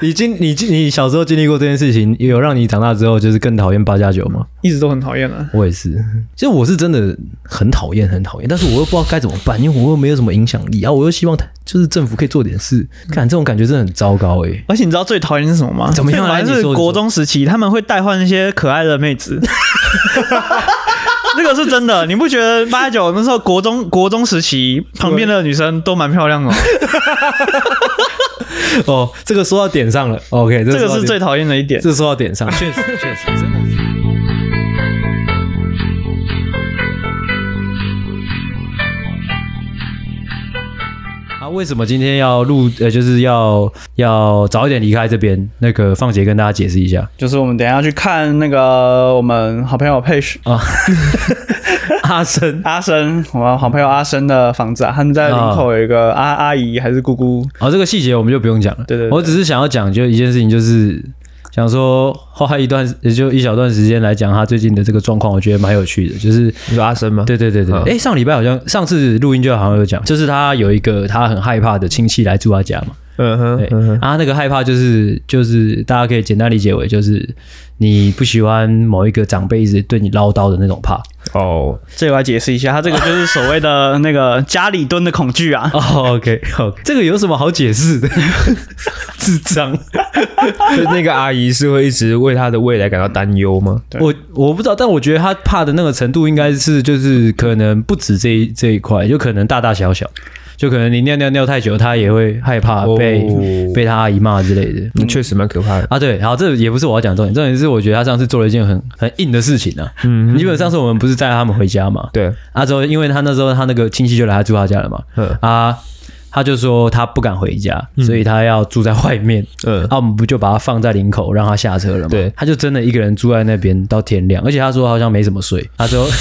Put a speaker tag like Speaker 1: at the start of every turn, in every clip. Speaker 1: 你经你经你小时候经历过这件事情，有让你长大之后就是更讨厌八加九吗？
Speaker 2: 一直都很讨厌啊。
Speaker 1: 我也是，其实我是真的很讨厌，很讨厌，但是我又不知道该怎么办，因为我又没有什么影响力啊，我又希望他就是政府可以做点事，看这种感觉真的很糟糕哎、
Speaker 2: 而且你知道最讨厌是什么啊吗？
Speaker 1: 怎么样
Speaker 2: 最讨厌
Speaker 1: 来你
Speaker 2: 是
Speaker 1: 说
Speaker 2: 国中时期，他们会代换一些可爱的妹 子。这个是真的，你不觉得八九那时候国中国中时期旁边的女生都蛮漂亮的吗？
Speaker 1: 哦，这个说到点上了，OK，
Speaker 2: 这
Speaker 1: 说
Speaker 2: 个
Speaker 1: 到
Speaker 2: 是
Speaker 1: 点
Speaker 2: 最讨厌的一点。
Speaker 1: 这说到点上，确实确实真的是。啊，为什么今天要录？呃，就是要要早一点离开这边。那个放姐跟大家解释一下
Speaker 2: 就是我们等一下去看那个我们好朋友佩什
Speaker 1: 啊。 阿生，
Speaker 2: 阿生，我们好朋友阿生的房子啊，他们在
Speaker 1: 啊
Speaker 2: 门口有一个阿阿姨还是姑姑，
Speaker 1: 哦，这个细节我们就不用讲了。
Speaker 2: 对对对
Speaker 1: 我只是想要讲就一件事情，就是想说花一段也就一小段时间来讲他最近的这个状况，我觉得蛮有趣的，就是
Speaker 3: 你说阿生吗？
Speaker 1: 对对对对，
Speaker 3: 嗯
Speaker 1: 哎、上礼拜好像上次录音就好像有讲，就是他有一个他很害怕的亲戚来住他家嘛，
Speaker 3: 嗯哼
Speaker 1: 对，
Speaker 3: 嗯哼，
Speaker 1: 啊，他那个害怕就是就是大家可以简单理解为就是你不喜欢某一个长辈一直对你唠叨的那种 怕。
Speaker 3: 哦，
Speaker 2: 这里我来解释一下，他这个就是所谓的那个家里蹲的恐惧啊。
Speaker 1: 哦、o k OK，这个有什么好解释 的？智障，
Speaker 3: 就那个阿姨是会一直为她的未来感到担忧吗？
Speaker 2: 对
Speaker 1: 我我不知道，但我觉得他怕的那个程度应该是就是可能不止这一这一块，有可能大大小小。就可能你尿尿尿太久，他也会害怕被、
Speaker 3: 哦
Speaker 1: 被他阿姨骂之类的。
Speaker 3: 嗯确实蛮可怕的。
Speaker 1: 啊，对，好，这也不是我要讲的重点，重点是我觉得他上次做了一件很很硬的事情啊。嗯，基本上次我们不是载他们回家嘛，
Speaker 3: 对，
Speaker 1: 啊之后，因为他那时候他那个亲戚就来他住他家了嘛，
Speaker 3: 嗯
Speaker 1: 啊，他就说他不敢回家，所以他要住在外面。
Speaker 3: 嗯，
Speaker 1: 啊，我们不就把他放在林口，让他下车了嘛？
Speaker 3: 对
Speaker 1: 他就真的一个人住在那边到天亮，而且他说好像没怎么睡，他之后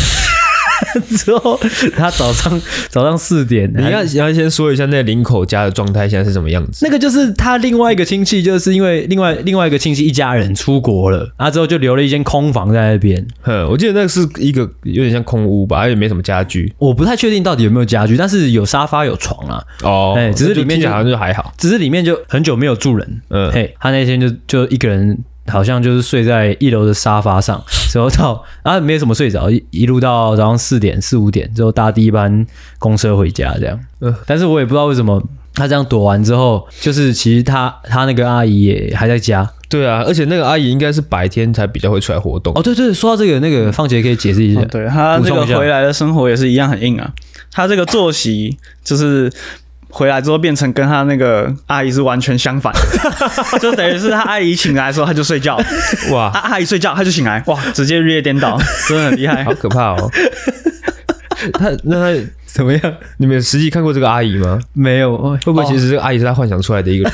Speaker 1: 之后他早上早上四点，
Speaker 3: 你要你要先说一下那个林口家的状态现在是什么样子？
Speaker 1: 那个就是他另外一个亲戚，就是因为另外另外一个亲戚一家人出国了，啊之后就留了一间空房在那边。
Speaker 3: 哼，嗯我记得那个是一个有点像空屋吧，而且没什么家具。
Speaker 1: 我不太确定到底有没有家具，但是有沙发有床啊，
Speaker 3: 哦，
Speaker 1: 哎只是里面
Speaker 3: 听起
Speaker 1: 就
Speaker 3: 来好像就还好。
Speaker 1: 只是里面就很久没有住人。
Speaker 3: 嗯
Speaker 1: 嘿，他那天就就一个人，好像就是睡在一楼的沙发上，之后到啊没有什么睡着，一一路到早上四点四五点之后搭第一班公车回家这样。
Speaker 3: 嗯
Speaker 1: 但是我也不知道为什么他这样躲完之后，就是其实他他那个阿姨也还在家，
Speaker 3: 对啊，而且那个阿姨应该是白天才比较会出来活动。
Speaker 1: 哦，对对，说到这个，那个方杰可以解释一下。
Speaker 2: 哦对他
Speaker 1: 补
Speaker 2: 这
Speaker 1: 充
Speaker 2: 个
Speaker 1: 一下
Speaker 2: 回来的生活也是一样很硬啊，他这个作息就是。回来之后变成跟他那个阿姨是完全相反 的，就等于是他阿姨醒来的时候他就睡觉，
Speaker 3: 哇
Speaker 2: 啊，，阿姨睡觉他就醒来，哇，直接日夜颠倒，真的很厉害
Speaker 3: 好。可怕 哦！他那他
Speaker 1: 怎么样？
Speaker 3: 你们有实际看过这个阿姨吗？
Speaker 1: 没有，哦会
Speaker 3: 会不会其实这个阿姨是他幻想出来的 一个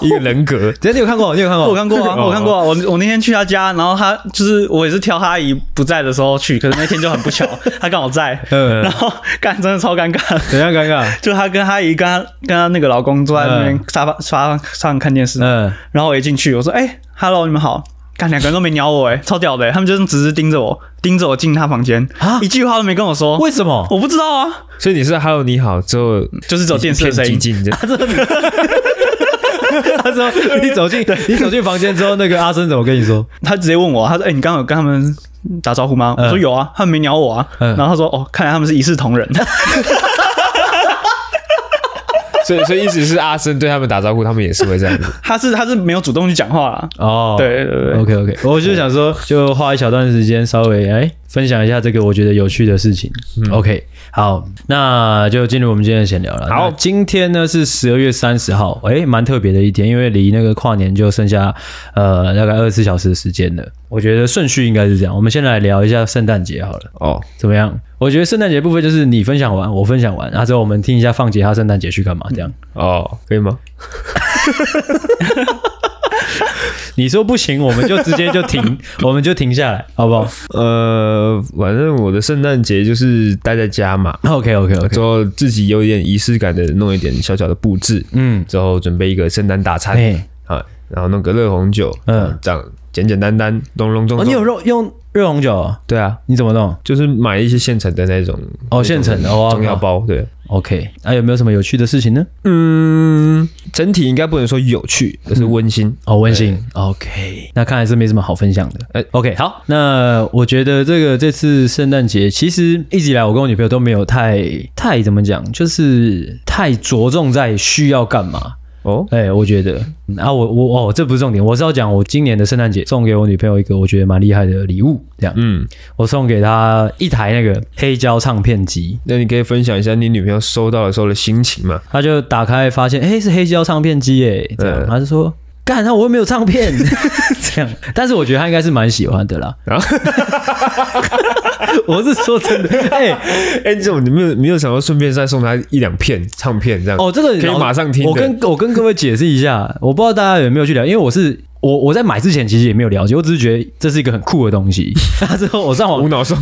Speaker 3: 一个人格？
Speaker 1: 等一下你有看过？你有看过？
Speaker 2: 我看过啊，我看过啊，我我那天去他家，然后他就是我也是挑他阿姨不在的时候去，可是那天就很 不巧，他刚好在，
Speaker 1: 嗯
Speaker 2: 然后干真的超尴尬，
Speaker 1: 怎样尴尬？
Speaker 2: 就他跟他阿姨跟他跟他那个老公坐在那边
Speaker 1: 嗯
Speaker 2: 沙发沙发上看电视，
Speaker 1: 嗯，
Speaker 2: 然后我一进去，我说：“哎、h e l l o 你们好。”干两个人都没鸟我、哎，超屌的、哎他们就是直直盯着我，盯着我进他房间
Speaker 1: 啊，
Speaker 2: 一句话都没跟我说。
Speaker 1: 为什么？
Speaker 2: 我不知道啊，
Speaker 3: 所以你是 “hello 你好”之后，
Speaker 2: 就是只有电视的声音
Speaker 3: 一片寂静这 样
Speaker 1: 他说 你走进你走进房间之后，那个阿生怎么跟你说？
Speaker 2: 他直接问我，他说：“哎、你刚刚有跟他们打招呼吗？”
Speaker 1: 嗯
Speaker 2: 我说：“有啊。”他们没鸟我啊。
Speaker 1: 嗯
Speaker 2: 然后他说：“哦，看来他们是一视同仁。
Speaker 3: 所以所以意思是阿生对他们打招呼，他们也是会这样子。”
Speaker 2: 他是他是没有主动去讲话啦。
Speaker 1: 哦，
Speaker 2: 对对对对
Speaker 1: ，OK OK，我就想说， 就花一小段时间稍微哎分享一下这个我觉得有趣的事情。OK，好，那就进入我们今天的闲聊了。
Speaker 3: 好
Speaker 1: 那今天呢是十二月三十号，哎，蛮特别的一天，因为离那个跨年就剩下呃大概二十四小时的时间了。我觉得顺序应该是这样，我们先来聊一下圣诞节好了。
Speaker 3: 哦，
Speaker 1: 怎么样？我觉得圣诞节部分就是你分享完，我分享完，啊然后之后我们听一下放姐她圣诞节去干嘛 这样。
Speaker 3: 哦，可以吗？
Speaker 1: 你说不行，我们就直接就 停，我们就停下来，好不好
Speaker 3: 呃，反正我的圣诞节就是待在家嘛，
Speaker 1: ？OK OK OK，
Speaker 3: 之后自己有一点仪式感的弄一点小小的布置，
Speaker 1: 嗯，
Speaker 3: 之后准备一个圣诞大餐
Speaker 1: 哎，
Speaker 3: 啊，然后弄个热红酒，
Speaker 1: 嗯
Speaker 3: 嗯，这样简简单单，隆隆重
Speaker 1: 哦，你有
Speaker 3: 重。
Speaker 1: 用用热红酒啊
Speaker 3: 对啊，
Speaker 1: 你怎么弄
Speaker 3: 就是买一些现成的那种
Speaker 1: 哦现成的哦
Speaker 3: 中药包，对。
Speaker 1: ？OK，那、有没有什么有趣的事情呢？
Speaker 3: 嗯，整体应该不能说有趣，而是温馨。
Speaker 1: 哦，温馨。OK，那看来是没什么好分享的。
Speaker 3: 哎
Speaker 1: OK，好，那我觉得这个这次圣诞节，其实一直以来我跟我女朋友都没有太太怎么讲，就是太着重在需要干嘛。
Speaker 3: 哦，
Speaker 1: 哎、我觉得嗯啊，我我哦，这不是重点，我是要讲我今年的圣诞节送给我女朋友一个我觉得蛮厉害的礼物，这样，
Speaker 3: 嗯，
Speaker 1: 我送给她一台那个黑胶唱片机，
Speaker 3: 那你可以分享一下你女朋友收到的时候的心情吗？
Speaker 1: 她就打开发现，哎、是黑胶唱片机，哎，这样，
Speaker 3: 嗯
Speaker 1: 她就说。干，那我又没有唱片， 这样。但是我觉得她应该是蛮喜欢的啦。
Speaker 3: 然后，
Speaker 1: 我是说真的，哎、
Speaker 3: 哎，这种你没有没有想到顺便再送她一两片唱片这样？
Speaker 1: 哦，这个
Speaker 3: 可以
Speaker 1: 老
Speaker 3: 马上听的
Speaker 1: 我跟我跟各位解释一下，我不知道大家有没有去了解，因为我是我我在买之前其实也没有了解，我只是觉得这是一个很酷的东西。 那之后我上网
Speaker 3: 无脑 送，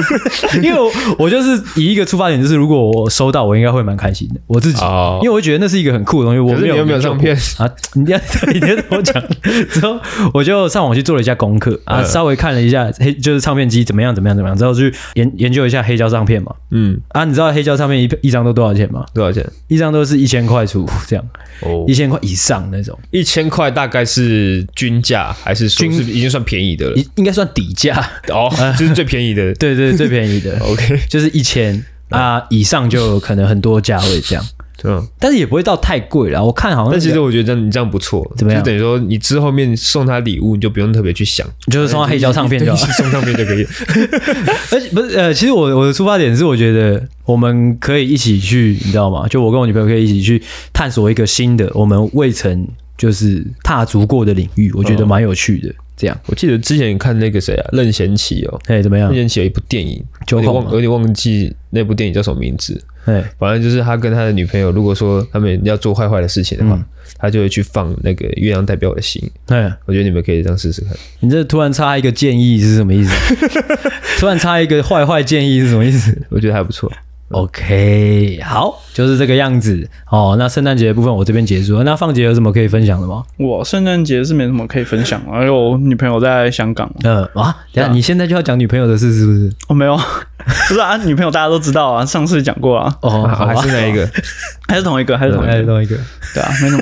Speaker 1: 因为我我就是以一个出发点，就是如果我收到，我应该会蛮开心的，我自己，
Speaker 3: 哦
Speaker 1: 因为我会觉得那是一个很酷的东西。我
Speaker 3: 可是
Speaker 1: 没
Speaker 3: 你
Speaker 1: 有
Speaker 3: 有没有
Speaker 1: 研究
Speaker 3: 唱
Speaker 1: 过
Speaker 3: 片？
Speaker 1: 啊？你要 你要怎么讲？之后我就上网去做了一下功课啊，
Speaker 3: 嗯
Speaker 1: 稍微看了一下黑就是唱片机怎么样怎么样怎么样，之后去研研究一下黑胶唱片嘛。
Speaker 3: 嗯，
Speaker 1: 啊，你知道黑胶唱片一一张都多少钱吗？
Speaker 3: 多少钱？
Speaker 1: 一张都是一千块出这样，
Speaker 3: 哦
Speaker 1: 一千块以上那种，
Speaker 3: 一千块大概是均价，还是说
Speaker 1: 均
Speaker 3: 是已经算便宜的了？
Speaker 1: 应应该算底价。
Speaker 3: 哦，这是最便宜的。
Speaker 1: 对对，最便宜 的
Speaker 3: OK，
Speaker 1: 就是一千啊以上就可能很多价位这 样。
Speaker 3: 嗯，
Speaker 1: 但是也不会到太贵啦。我看好像
Speaker 3: 但其实我觉得这样你这样不错，
Speaker 1: 怎么样
Speaker 3: 就等于说你之后面送他礼物，你就不用特别去想，
Speaker 1: 就是送他黑胶唱片就
Speaker 3: 对
Speaker 1: 好。
Speaker 3: 送唱片就可以。
Speaker 1: 而且不是呃，其实我我的出发点是，我觉得我们可以一起去，你知道吗？就我跟我女朋友可以一起去探索一个新的我们未曾就是踏足过的领域，我觉
Speaker 3: 嗯
Speaker 1: 得蛮有趣的。这样，
Speaker 3: 我记得之前看那个谁啊，任贤齐哦，
Speaker 1: 哎，怎么样
Speaker 3: 任？贤齐有一部电影，
Speaker 1: 九
Speaker 3: 有点
Speaker 1: 孔
Speaker 3: 忘
Speaker 1: 吗
Speaker 3: 有点忘记那部电影叫什么名字，
Speaker 1: 哎，
Speaker 3: 反正就是他跟他的女朋友，如果说他们要做坏坏的事情的话，他就会去放那个月亮代表我的心。
Speaker 1: 哎，
Speaker 3: 我觉得你们可以这样试试看。
Speaker 1: 你这突然插一个建议是什么意思？ 突然插一个坏坏建议是什么意思？
Speaker 3: 我觉得还不错。
Speaker 1: 嗯 OK，好，就是这个样子哦。那圣诞节的部分我这边结束了。那放姐有什么可以分享的吗？
Speaker 2: 我圣诞节是没什么可以分享，而且我女朋友在香港嘛，哦
Speaker 1: 嗯啊，等一下你现在就要讲女朋友的事是不是？
Speaker 2: 我、没有，不是啊， 女朋友大家都知道啊，上次讲过啊，
Speaker 1: 哦，好吧
Speaker 3: 还是那一个，
Speaker 2: 还是同一个，还是同一
Speaker 1: 还有
Speaker 2: 个，
Speaker 1: 另一个
Speaker 2: 对啊，没什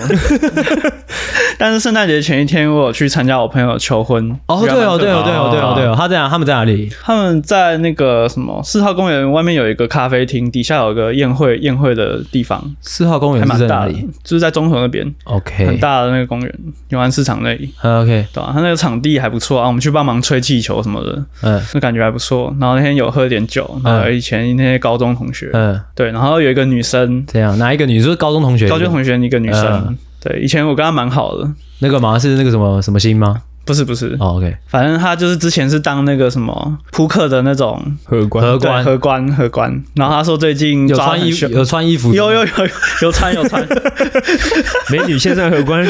Speaker 2: 么。 但是圣诞节前一天，我有去参加我朋友的求婚。
Speaker 1: 哦，对哦，对哦，对哦，对哦，对哦，他在哪？他们在哪里？
Speaker 2: 他们在那个什么四号公园外面有一个咖啡厅，底下有个宴会宴会的地方，
Speaker 1: 四号公
Speaker 2: 还
Speaker 1: 园嗯
Speaker 2: 蛮
Speaker 1: 是在
Speaker 2: 大
Speaker 1: 哪
Speaker 2: 的
Speaker 1: 里，
Speaker 2: 就是在中和那边
Speaker 1: ？OK，
Speaker 2: 很大的那个公园，永安市场那里。
Speaker 1: 嗯，OK，
Speaker 2: 对啊，他那个场地还不错啊，我们去帮忙吹气球什么的，
Speaker 1: 嗯
Speaker 2: 就感觉还不错。然后那天有喝点酒，然后有以前那些高中同学，
Speaker 1: 嗯，
Speaker 2: 对，然后有一个女生，
Speaker 1: 这样哪一个女？就是高中同学，
Speaker 2: 高中同学一个女生，
Speaker 1: 嗯
Speaker 2: 对，以前我跟她蛮好的，
Speaker 1: 那个吗？是那个什么什么星吗？
Speaker 2: 不是不是，
Speaker 1: 哦，OK，
Speaker 2: 反正她就是之前是当那个什么扑克的那种
Speaker 3: 荷官
Speaker 1: 荷
Speaker 2: 对
Speaker 1: 官
Speaker 2: 荷官荷官，然后她说最近
Speaker 1: 有
Speaker 2: 抓
Speaker 1: 穿
Speaker 2: 很
Speaker 1: 衣
Speaker 2: 凶
Speaker 1: 有穿衣服，
Speaker 2: 有有有有穿有穿，
Speaker 3: 美女线上 荷官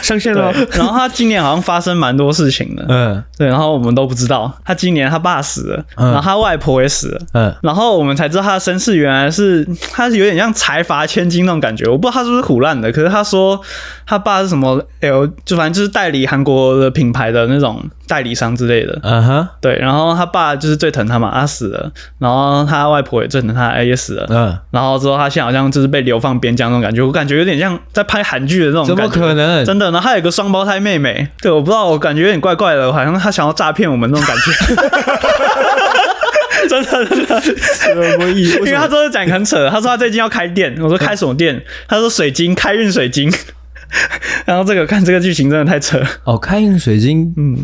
Speaker 3: 上线了。
Speaker 2: 对，然后她今年好像发生蛮多事情的，
Speaker 1: 嗯
Speaker 2: 对，然后我们都不知道，她今年她爸死了，
Speaker 1: 嗯
Speaker 2: 然后她外婆也死了。
Speaker 1: 嗯，
Speaker 2: 然后我们才知道他的身世原来是他有点像财阀千金那种感觉，我不知道他是不是胡乱的，可是他说他爸是什么 L，就反正就是代理韩国的品牌的那种代理商之类的。
Speaker 1: 嗯哼，
Speaker 2: 对，然后他爸就是最疼他嘛，他死了，然后他外婆也最疼他，哎也死了，
Speaker 1: 嗯，
Speaker 2: 然后之后他现在好像就是被流放边疆那种感觉，我感觉有点像在拍韩剧的那种
Speaker 1: 怎
Speaker 2: 感觉。
Speaker 1: 么可能？
Speaker 2: 真的，然后还有一个双胞胎妹妹，对，我不知道，我感觉有点怪怪的，好像他想要诈骗我们那种感觉。真的，真的，
Speaker 3: 什么意思？
Speaker 2: 因为他真的讲得很扯，他说他最近要开店，我说开什么店？ 他说水晶，开运水晶。然后这个看这个剧情真的太扯，
Speaker 1: 哦，开运水晶，
Speaker 2: 嗯，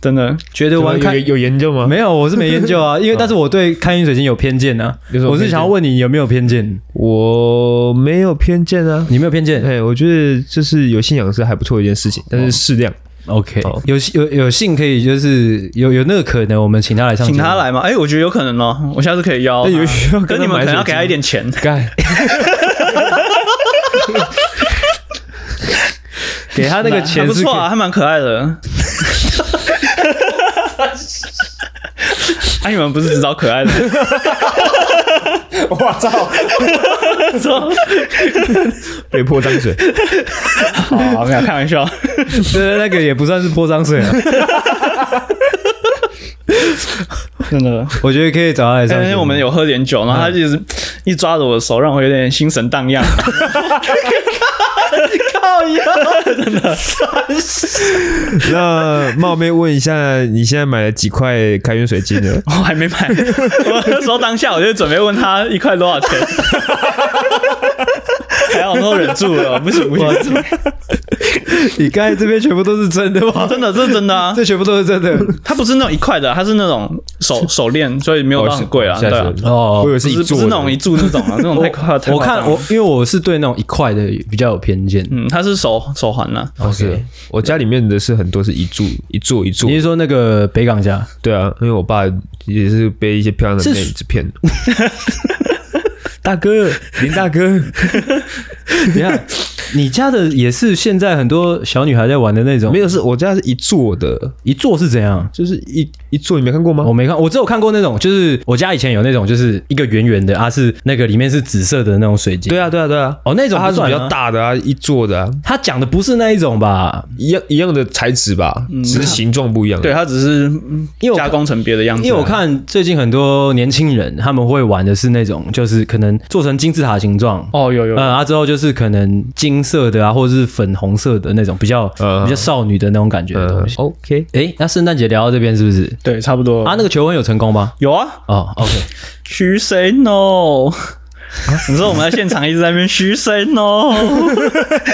Speaker 2: 真的，
Speaker 1: 觉得
Speaker 3: 有
Speaker 1: 玩
Speaker 3: 有
Speaker 1: 开
Speaker 3: 有研究吗？
Speaker 1: 没有，我是没研究啊，因为但是我对开运水晶有偏见啊
Speaker 3: 有什。么
Speaker 1: 我是想要问你有没有偏见？
Speaker 3: 我没有偏见啊。
Speaker 1: 你没有偏见
Speaker 3: 哎，我觉得就是有信仰是还不错的一件事情，但是适量。
Speaker 1: ？OK，
Speaker 3: 哦
Speaker 1: 有有有幸可以就是有有那个可能，我们请他来上，
Speaker 2: 请他。来嘛。哎，我觉得有可能哦，我下次可以邀他。
Speaker 3: 那有需要
Speaker 2: 跟
Speaker 3: 跟他
Speaker 2: 你们
Speaker 3: 买
Speaker 2: 可能要
Speaker 3: 水
Speaker 2: 给
Speaker 3: 晶
Speaker 2: 他一点钱。
Speaker 3: 干，
Speaker 1: 给他那个钱
Speaker 2: 还不
Speaker 1: 是可以
Speaker 2: 错啊，还蛮可爱的。啊，你们不是只找可爱的？
Speaker 3: 我操！被泼脏水，
Speaker 2: 好，没有开玩笑。
Speaker 1: 对，那个也不算是泼脏水啊。
Speaker 2: 真的。
Speaker 1: 我觉得可以找他来上
Speaker 2: 那
Speaker 1: 节目。
Speaker 2: 天哎我们有喝点酒，然后他就一直一抓着我的手，让我有点心神荡漾。
Speaker 1: 靠呀，
Speaker 3: 那冒昧问一下，你现在买了几块开源水晶呢？
Speaker 2: 我还没买，我那时候当下我就准备问他一块多少钱，还好我都忍住了，不行不行，
Speaker 1: 你刚才这边全部都是真的吗？
Speaker 2: 真的 这是真的啊
Speaker 1: 这，全部都是真的。
Speaker 2: 它不是那种一块的，它是那种手手链，所以没有到很贵啊，
Speaker 3: 下
Speaker 2: 对
Speaker 3: 次
Speaker 2: 啊，
Speaker 1: 哦
Speaker 3: 我以为是
Speaker 2: 不
Speaker 3: 一
Speaker 2: 是
Speaker 3: 座
Speaker 2: 不
Speaker 3: 的
Speaker 2: 是那种一注那种 啊，那 种太夸太
Speaker 1: 我
Speaker 2: 夸张了
Speaker 1: 看我，因为我是对那种一块的比较有偏见。
Speaker 2: 嗯，它是手手环啊呐、
Speaker 3: 哦，是
Speaker 1: OK
Speaker 3: 我家里面的是很多是一柱一座一座
Speaker 1: 你，是说那个北港家？
Speaker 3: 对啊，因为我爸也是被一些漂亮的
Speaker 1: 是
Speaker 3: 妹子骗。大哥，林大哥，
Speaker 1: 你看，你家的也是现在很多小女孩在玩的那种，
Speaker 3: 没
Speaker 1: 有
Speaker 3: 有，是我家是一座的，
Speaker 1: 一座是怎样？
Speaker 3: 就是一一座，你没看过吗
Speaker 1: 我？没看，我只有看过那种，就是我家以前有那种，就是一个圆圆的，啊是那个里面是紫色的那种水晶。
Speaker 3: 对啊，对啊，对啊，
Speaker 1: 哦，那种
Speaker 3: 它
Speaker 1: 不
Speaker 3: 是
Speaker 1: 算
Speaker 3: 比
Speaker 1: 吗
Speaker 3: 较。大的啊，一座的啊，
Speaker 1: 他讲的不是那一种吧？
Speaker 3: 一样一样的材质吧，
Speaker 1: 嗯
Speaker 3: 只是形状不一样。
Speaker 1: 啊
Speaker 2: 对，，它只是嗯
Speaker 1: 因为我
Speaker 2: 加工成别的样子啊、
Speaker 1: 因为我看最近很多年轻人他们会玩的是那种，就是可能做成金字塔形状，
Speaker 2: 哦有有，
Speaker 1: 呃，啊之后就是可能金色的啊，或者是粉红色的那种比较、
Speaker 3: 嗯
Speaker 1: 比较少女的那种感觉的
Speaker 3: 嗯
Speaker 1: 东西。
Speaker 3: ，OK，
Speaker 1: 诶，那圣诞节聊到这边是不是？
Speaker 2: 对，差不多
Speaker 1: 啊，那个求婚有成功吗？
Speaker 2: 有啊，
Speaker 1: 哦，OK，
Speaker 2: 徐谁 no？你
Speaker 1: 啊
Speaker 2: 说我们在现场一直在那边徐谁 no？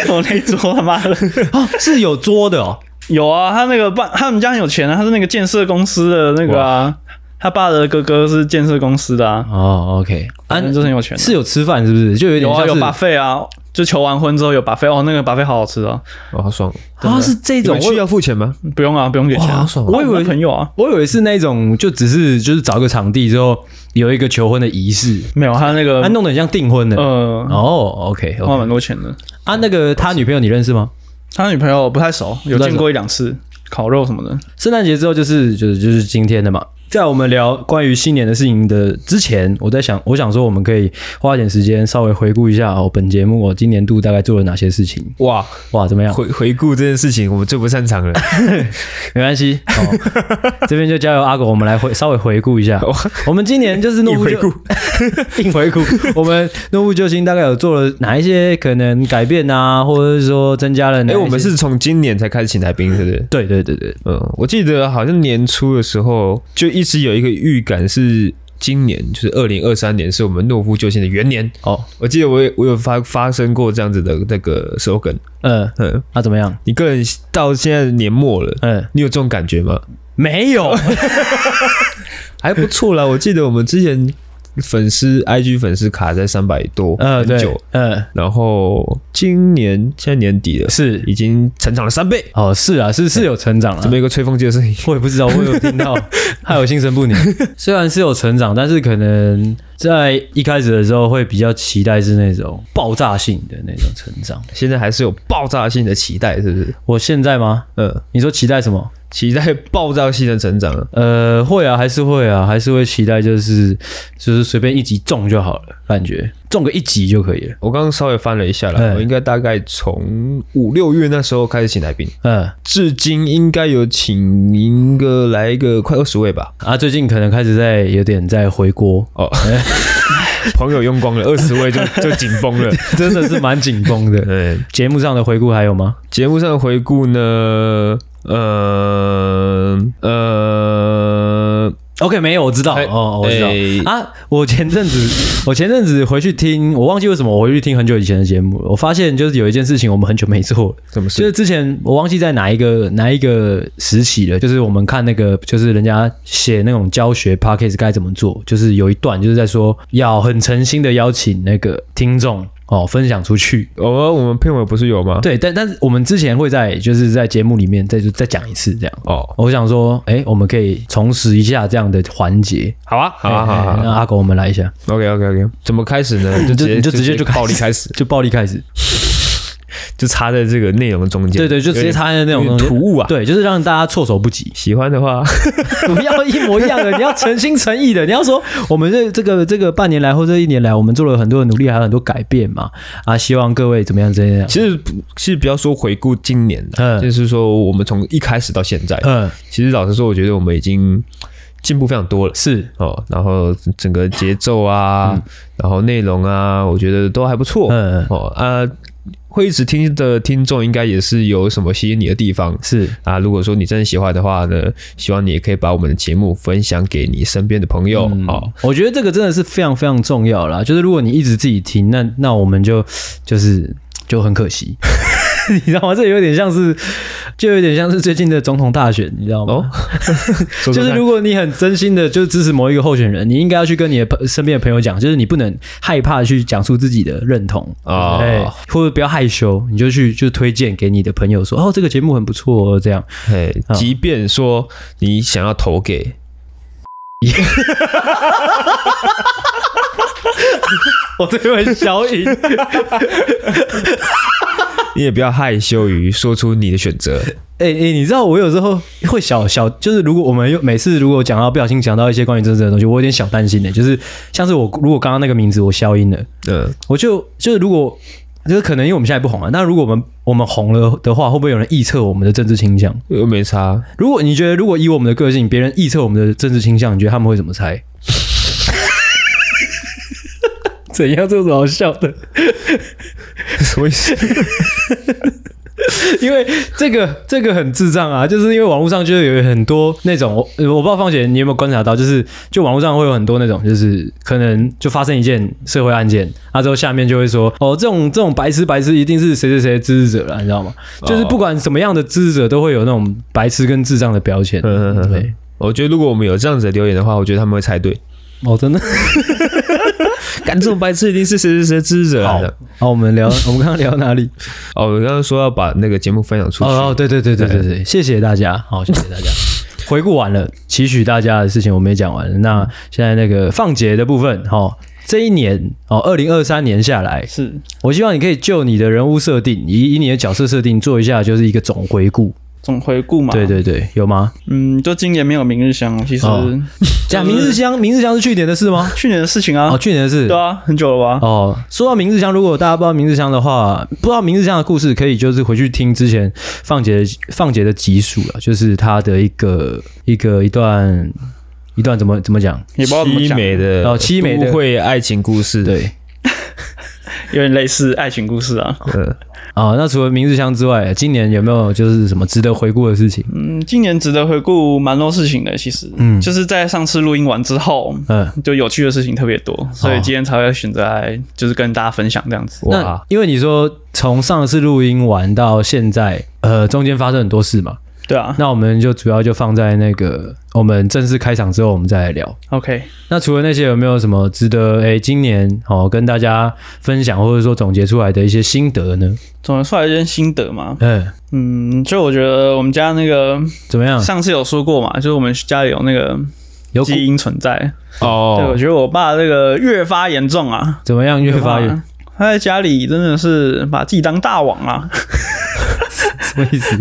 Speaker 2: 我那一桌他妈的
Speaker 1: 啊，是有桌的哦，
Speaker 2: 有啊，他那个爸他们家很有钱啊，他是那个建设公司的那个啊，他爸的哥哥是建设公司的啊，
Speaker 1: 哦，OK，啊
Speaker 2: 反，正就是很有钱、啊。
Speaker 1: 是有吃饭是不是？就有
Speaker 2: 有
Speaker 1: 点
Speaker 2: 啊，
Speaker 1: 像
Speaker 2: 有
Speaker 1: 是
Speaker 2: 把费啊，就求完婚之后有把费哦，那个把费好好吃哦，
Speaker 3: 哦，好爽哦。
Speaker 1: 啊，是这种
Speaker 3: 你们去
Speaker 1: 我
Speaker 3: 要付钱吗？
Speaker 2: 不用啊，不用给钱、
Speaker 3: 哇
Speaker 2: 啊
Speaker 3: 好。爽
Speaker 2: 我
Speaker 1: 我以为
Speaker 2: 有朋友啊，
Speaker 1: 我以为是那种就只是就是找个场地之后有一个求婚的仪式，
Speaker 2: 没有他那个
Speaker 1: 啊，弄得很像订婚的。
Speaker 2: 呃，
Speaker 1: 哦，OK，
Speaker 2: 花
Speaker 1: OK
Speaker 2: 蛮多钱的。
Speaker 1: 啊，那个他女朋友你认识吗？
Speaker 2: 他女朋友不太熟，有
Speaker 1: 不太
Speaker 2: 见过一两次烤肉什么的。
Speaker 1: 圣诞节之后就是就是就是今天的嘛。在我们聊关于新年的事情的之前，我在想，我想说我们可以花一点时间稍微回顾一下哦，本节目我、今年度大概做了哪些事情。
Speaker 3: 哇，
Speaker 1: 哇，怎么样？
Speaker 3: 回回顾这件事情，我们最不 擅长了。
Speaker 1: 没关系， 哦、这边就交由阿狗，我们来回稍微回顾一下。我们今年就是诺夫
Speaker 3: 回
Speaker 1: 救
Speaker 3: 顾
Speaker 1: 硬回 顾，我们诺夫救星大概有做了哪一些可能改变啊，或者是说增加了哪
Speaker 3: 哎、
Speaker 1: 一些？
Speaker 3: 我们是从今年才开始请来宾，是不是？
Speaker 1: 对对对对，
Speaker 3: 嗯，我记得好像年初的时候就一直有一个预感是。今年就是二零二三年，是我们懦夫救星的元年。
Speaker 1: 哦，
Speaker 3: 我记得我有我有发发生过这样子的那个 slogan。
Speaker 1: 嗯，
Speaker 3: 嗯，
Speaker 1: 那、怎么样？
Speaker 3: 你个人到现在年末了，
Speaker 1: 嗯，
Speaker 3: 你有这种感觉吗？
Speaker 1: 没 有，
Speaker 3: 还不错啦，我记得我们之前粉丝 IG 粉丝卡在三百多，
Speaker 1: 嗯，
Speaker 3: 很
Speaker 1: 对
Speaker 3: 久。，
Speaker 1: 嗯，
Speaker 3: 然后今年现在年底了，
Speaker 1: 是
Speaker 3: 已经成长了三倍。
Speaker 1: 哦，是啊，是是有成长
Speaker 3: 怎么
Speaker 1: 了。
Speaker 3: 有一个吹风机的声音？
Speaker 1: 我也不知道，我有听到， 害我心神不宁。虽然是有成长，但是可能在一开始的时候会比较期待是那种爆炸性的那种成长。
Speaker 3: 现在还是有爆炸性的期待，是不是？
Speaker 1: 我现在吗？
Speaker 3: 嗯，
Speaker 1: 你说期待什么？
Speaker 3: 期待爆炸性的成长啊。
Speaker 1: 呃，会啊，还是会啊，还是会期待，就是就是随便一集中就好了，感觉中个一集就可以了。
Speaker 3: 我刚刚稍微翻了一下
Speaker 1: 嗯
Speaker 3: 了，我应该大概从五六月那时候开始请来宾，
Speaker 1: 嗯
Speaker 3: 至今应该有请您个来一个快二十位吧。
Speaker 1: 啊，最近可能开始在有点在回锅，
Speaker 3: 哦， 朋友用光了，二十位就就紧绷 了。
Speaker 1: 真的是蛮紧绷 的。
Speaker 3: 嗯，
Speaker 1: 节目上的回顾还有吗？
Speaker 3: 节目上的回顾呢，呃呃，
Speaker 1: OK，没有，我知道，
Speaker 3: 哎
Speaker 1: 哦，我知道、
Speaker 3: 哎
Speaker 1: 啊。我前阵子，我前阵子回去听，我忘记为什么我回去听很久以前的节目了。我发现就是有一件事情我们很久没做了，
Speaker 3: 什么
Speaker 1: 就
Speaker 3: 事？
Speaker 1: 是之前我忘记在哪一个哪一个时期了，就是我们看那个，就是人家写那种教学 p a c k a g e 该怎么做，就是有一段就是在说要很诚心的邀请那个听众哦分享出去，
Speaker 3: 哦，我们片尾不是有吗？
Speaker 1: 对，但但是我们之前会在就是在节目里面再就再讲一次这样。
Speaker 3: 哦，
Speaker 1: 我想说，哎、我们可以重拾一下这样的环节，
Speaker 3: 好啊，好啊，好啊
Speaker 1: 哎
Speaker 3: 好
Speaker 1: 那
Speaker 3: 啊。
Speaker 1: 阿狗，我们来一下，
Speaker 3: OK OK OK，怎么开始呢？就直
Speaker 1: 就
Speaker 3: 接
Speaker 1: 你就直接就
Speaker 3: 暴力开始，
Speaker 1: 就暴力开始。
Speaker 3: 就插在这个内容中间。
Speaker 1: 对对，就直接插在那种
Speaker 3: 有点
Speaker 1: 东西
Speaker 3: 突兀啊。。
Speaker 1: 对，就是让大家措手不及
Speaker 3: 喜欢的话，
Speaker 1: 不要一模一样的，你要诚心诚意的，你要说我们这这个这个半年来或这一年来，我们做了很多的努力，还有很多改变嘛。啊，希望各位怎么样怎么样。
Speaker 3: 其实不其实不要说回顾今年的，啊
Speaker 1: 嗯
Speaker 3: 就是说我们从一开始到现在，
Speaker 1: 嗯，
Speaker 3: 其实老实说，我觉得我们已经进步非常多了
Speaker 1: 是，
Speaker 3: 哦。然后整个节奏啊，然后内容啊，我觉得都还不错。
Speaker 1: 嗯，
Speaker 3: 哦啊，会一直听的听众应该也是有什么吸引你的地方
Speaker 1: 是，
Speaker 3: 啊。如果说你真的喜欢的话呢，希望你也可以把我们的节目分享给你身边的朋友
Speaker 1: 嗯
Speaker 3: 哦。
Speaker 1: 我觉得这个真的是非常非常重要啦。就是如果你一直自己听，那那我们就就是就很可惜， 你知道吗？这有点像是，就有点像是最近的总统大选，你知道吗？
Speaker 3: 哦 说
Speaker 1: 就
Speaker 3: 说
Speaker 1: 是
Speaker 3: 看
Speaker 1: 如果你很真心的就支持某一个候选人，你应该要去跟你的朋身边的朋友讲，就是你不能害怕去讲述自己的认同
Speaker 3: 哦
Speaker 1: 哎，或者不要害羞，你就去就推荐给你的朋友说，哦，这个节目很不错、哦，这样。
Speaker 3: 嘿，即便说你想要投给，
Speaker 1: 我这个很小影，
Speaker 3: 你也不要害羞于说出你的选择。
Speaker 1: 哎、哎、你知道我有时候会小小，就是如果我们又每次如果讲到不小心讲到一些关于政治的东西，我有点小担心的、欸就是像是我如果刚刚那个名字我消音了，
Speaker 3: 嗯，
Speaker 1: 我就就是如果就是可能因为我们现在不红啊了，那如果我们我们红了的话，会不会有人臆测我们的政治倾向？
Speaker 3: 又没差，
Speaker 1: 如果你觉得，如果以我们的个性，别人臆测我们的政治倾向，你觉得他们会怎么猜？ 怎样？这有什么好笑的？
Speaker 3: 什么意思？
Speaker 1: 因为这个这个很智障啊，就是因为网络上就是有很多那种，我呃我不知道芳姐你有没有观察到，就是就网络上会有很多那种，就是可能就发生一件社会案件，啊之后下面就会说，哦这种这种白痴白痴一定是谁谁谁的支持者啊了，你知道吗？就是不管什么样的支持者都会有那种白痴跟智障的标签。
Speaker 3: 嗯嗯嗯
Speaker 1: 对，
Speaker 3: 我觉得如果我们有这样子的留言的话，我觉得他们会猜对。
Speaker 1: 哦真的。
Speaker 3: 干这种白痴一定是谁谁谁的支持者来的。
Speaker 1: 好，我们聊， 我们刚刚聊到哪里？
Speaker 3: 哦，我刚刚说要把那个节目分享出去。
Speaker 1: 哦哦，对对对对对对，谢谢大家，好，谢谢 大家。回顾完了，期许大家的事情我们也讲完了。那现在那个放节的部分，哦，这一年哦，二零二三年下来，
Speaker 2: 是
Speaker 1: 我希望你可以就你的人物设定，以以你的角色设定做一下，就是一个总回顾。
Speaker 2: 总回顾嘛。
Speaker 1: 对，对对，有吗？
Speaker 2: 嗯，就今年没有明日香，啊其实
Speaker 1: 哦讲明日香，明日香是去年的事吗？
Speaker 2: 去年的事情啊
Speaker 1: 哦，，去年的事
Speaker 2: 对。啊，很久了吧？
Speaker 1: 哦，说到明日香，如果大家不知道明日香的话，不知道明日香的故事，可以就是回去听之前放姐放姐的集数了，就是她的一个一个一段一段怎么怎么讲，
Speaker 2: 也不知道怎么
Speaker 3: 凄
Speaker 2: 讲，
Speaker 3: 美的
Speaker 1: 哦凄美的
Speaker 3: 都会爱情故事。，
Speaker 1: 对。
Speaker 2: 有点类似爱情故事啊。
Speaker 3: 嗯，
Speaker 1: 啊、那除了明日香之外，今年有没有就是什么值得回顾的事情？
Speaker 2: 嗯，今年值得回顾蛮多事情的，其实，嗯，就是在上次录音完之后，
Speaker 1: 嗯，
Speaker 2: 就有趣的事情特别多，
Speaker 1: 哦
Speaker 2: 所以今天才会选择来就是跟大家分享这样子。
Speaker 1: 那
Speaker 3: 哇，
Speaker 1: 因为你说从上次录音完到现在，呃，中间发生很多事嘛，
Speaker 2: 对啊
Speaker 1: 那我们就主要就放在那个我们正式开场之后，我们再来聊。
Speaker 2: ，OK，
Speaker 1: 那除了那些，有没有什么值得诶、今年哦跟大家分享，或者说总结出来的一些心得呢？
Speaker 2: 总结出来一些心得嘛，
Speaker 1: 嗯，
Speaker 2: 嗯，就我觉得我们家那个
Speaker 1: 怎么样？
Speaker 2: 上次有说过嘛，就是我们家里有那个
Speaker 1: 嗯有
Speaker 2: 基因存在，对，我
Speaker 3: 哦，
Speaker 2: 觉得我爸这个越发严重啊，
Speaker 1: 怎么样越发越？
Speaker 2: 他在家里真的是把自己当大王啊，
Speaker 1: 什么意思？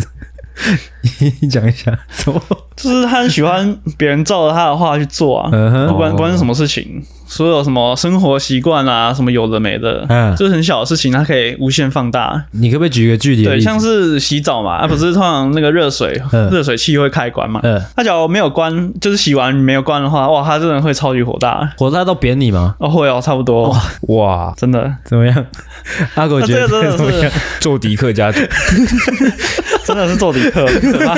Speaker 1: 你你讲一下什么？
Speaker 2: 就是他很喜欢别人照着他的话去做啊，
Speaker 1: 嗯
Speaker 2: 不
Speaker 1: 哼，
Speaker 2: 管
Speaker 3: 哦
Speaker 2: 不管是什么事情，所有什么生活习惯啊，什么有的没的，
Speaker 1: 嗯
Speaker 2: 就是很小的事情，它可以无限放大。
Speaker 1: 你可不可以举个具体的
Speaker 2: 对，
Speaker 1: 例子？
Speaker 2: 像是洗澡嘛，啊，不是通常那个热水
Speaker 1: 嗯
Speaker 2: 热水器会开关嘛，
Speaker 1: 嗯，
Speaker 2: 他假如没有关，就是洗完没有关的话，哇，他真的会超级火大。
Speaker 1: 火大到扁你吗？
Speaker 2: 哦，会哦，差不多，
Speaker 3: 哇，
Speaker 2: 真的，
Speaker 1: 怎么样？阿狗
Speaker 2: 那
Speaker 1: 觉
Speaker 2: 啊这个
Speaker 1: 得
Speaker 2: 真的
Speaker 1: 怎么样？
Speaker 2: 是
Speaker 3: 做迪克家族，
Speaker 2: 真的是做底 课，很可怕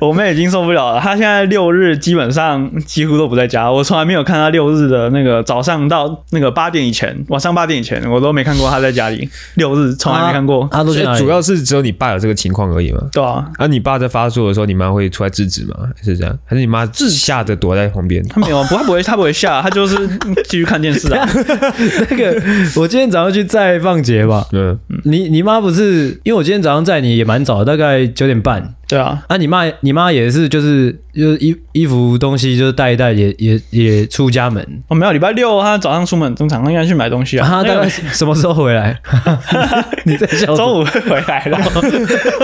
Speaker 2: 我妹已经受不了了，她现在六日基本上几乎都不在家，我从来没有看她六日的那个早上到那个八点以前，晚上八点以前，我都没看过她在家里。六日从来没看过，
Speaker 1: 阿狗
Speaker 3: 所
Speaker 1: 去哪
Speaker 3: 以
Speaker 1: 里
Speaker 3: 主要是只有你爸有这个情况而已嘛。
Speaker 2: 对啊，
Speaker 3: 啊，你爸在发作的时候，你妈会出来制止吗？还是这样？还是你妈吓得躲在旁边？
Speaker 2: 她没有，不，她不会，她不会吓，她就是继续看电视啊。
Speaker 1: 那个，我今天早上去载放杰吧。
Speaker 3: 嗯，
Speaker 1: 你你妈不是？因为我今天早上载你也蛮早，大概九点半。
Speaker 2: 对啊，
Speaker 1: 啊，你妈你妈也是，就是就是衣衣服东西就是带一带也，也也出家 门。
Speaker 2: 哦我、没有礼拜六她早上出门很正常，她应该去买东西啊。
Speaker 1: 啊，
Speaker 2: 那
Speaker 1: 大
Speaker 2: 个
Speaker 1: 概什么时候回来？ 你在笑什么？
Speaker 2: 中午会回来 了，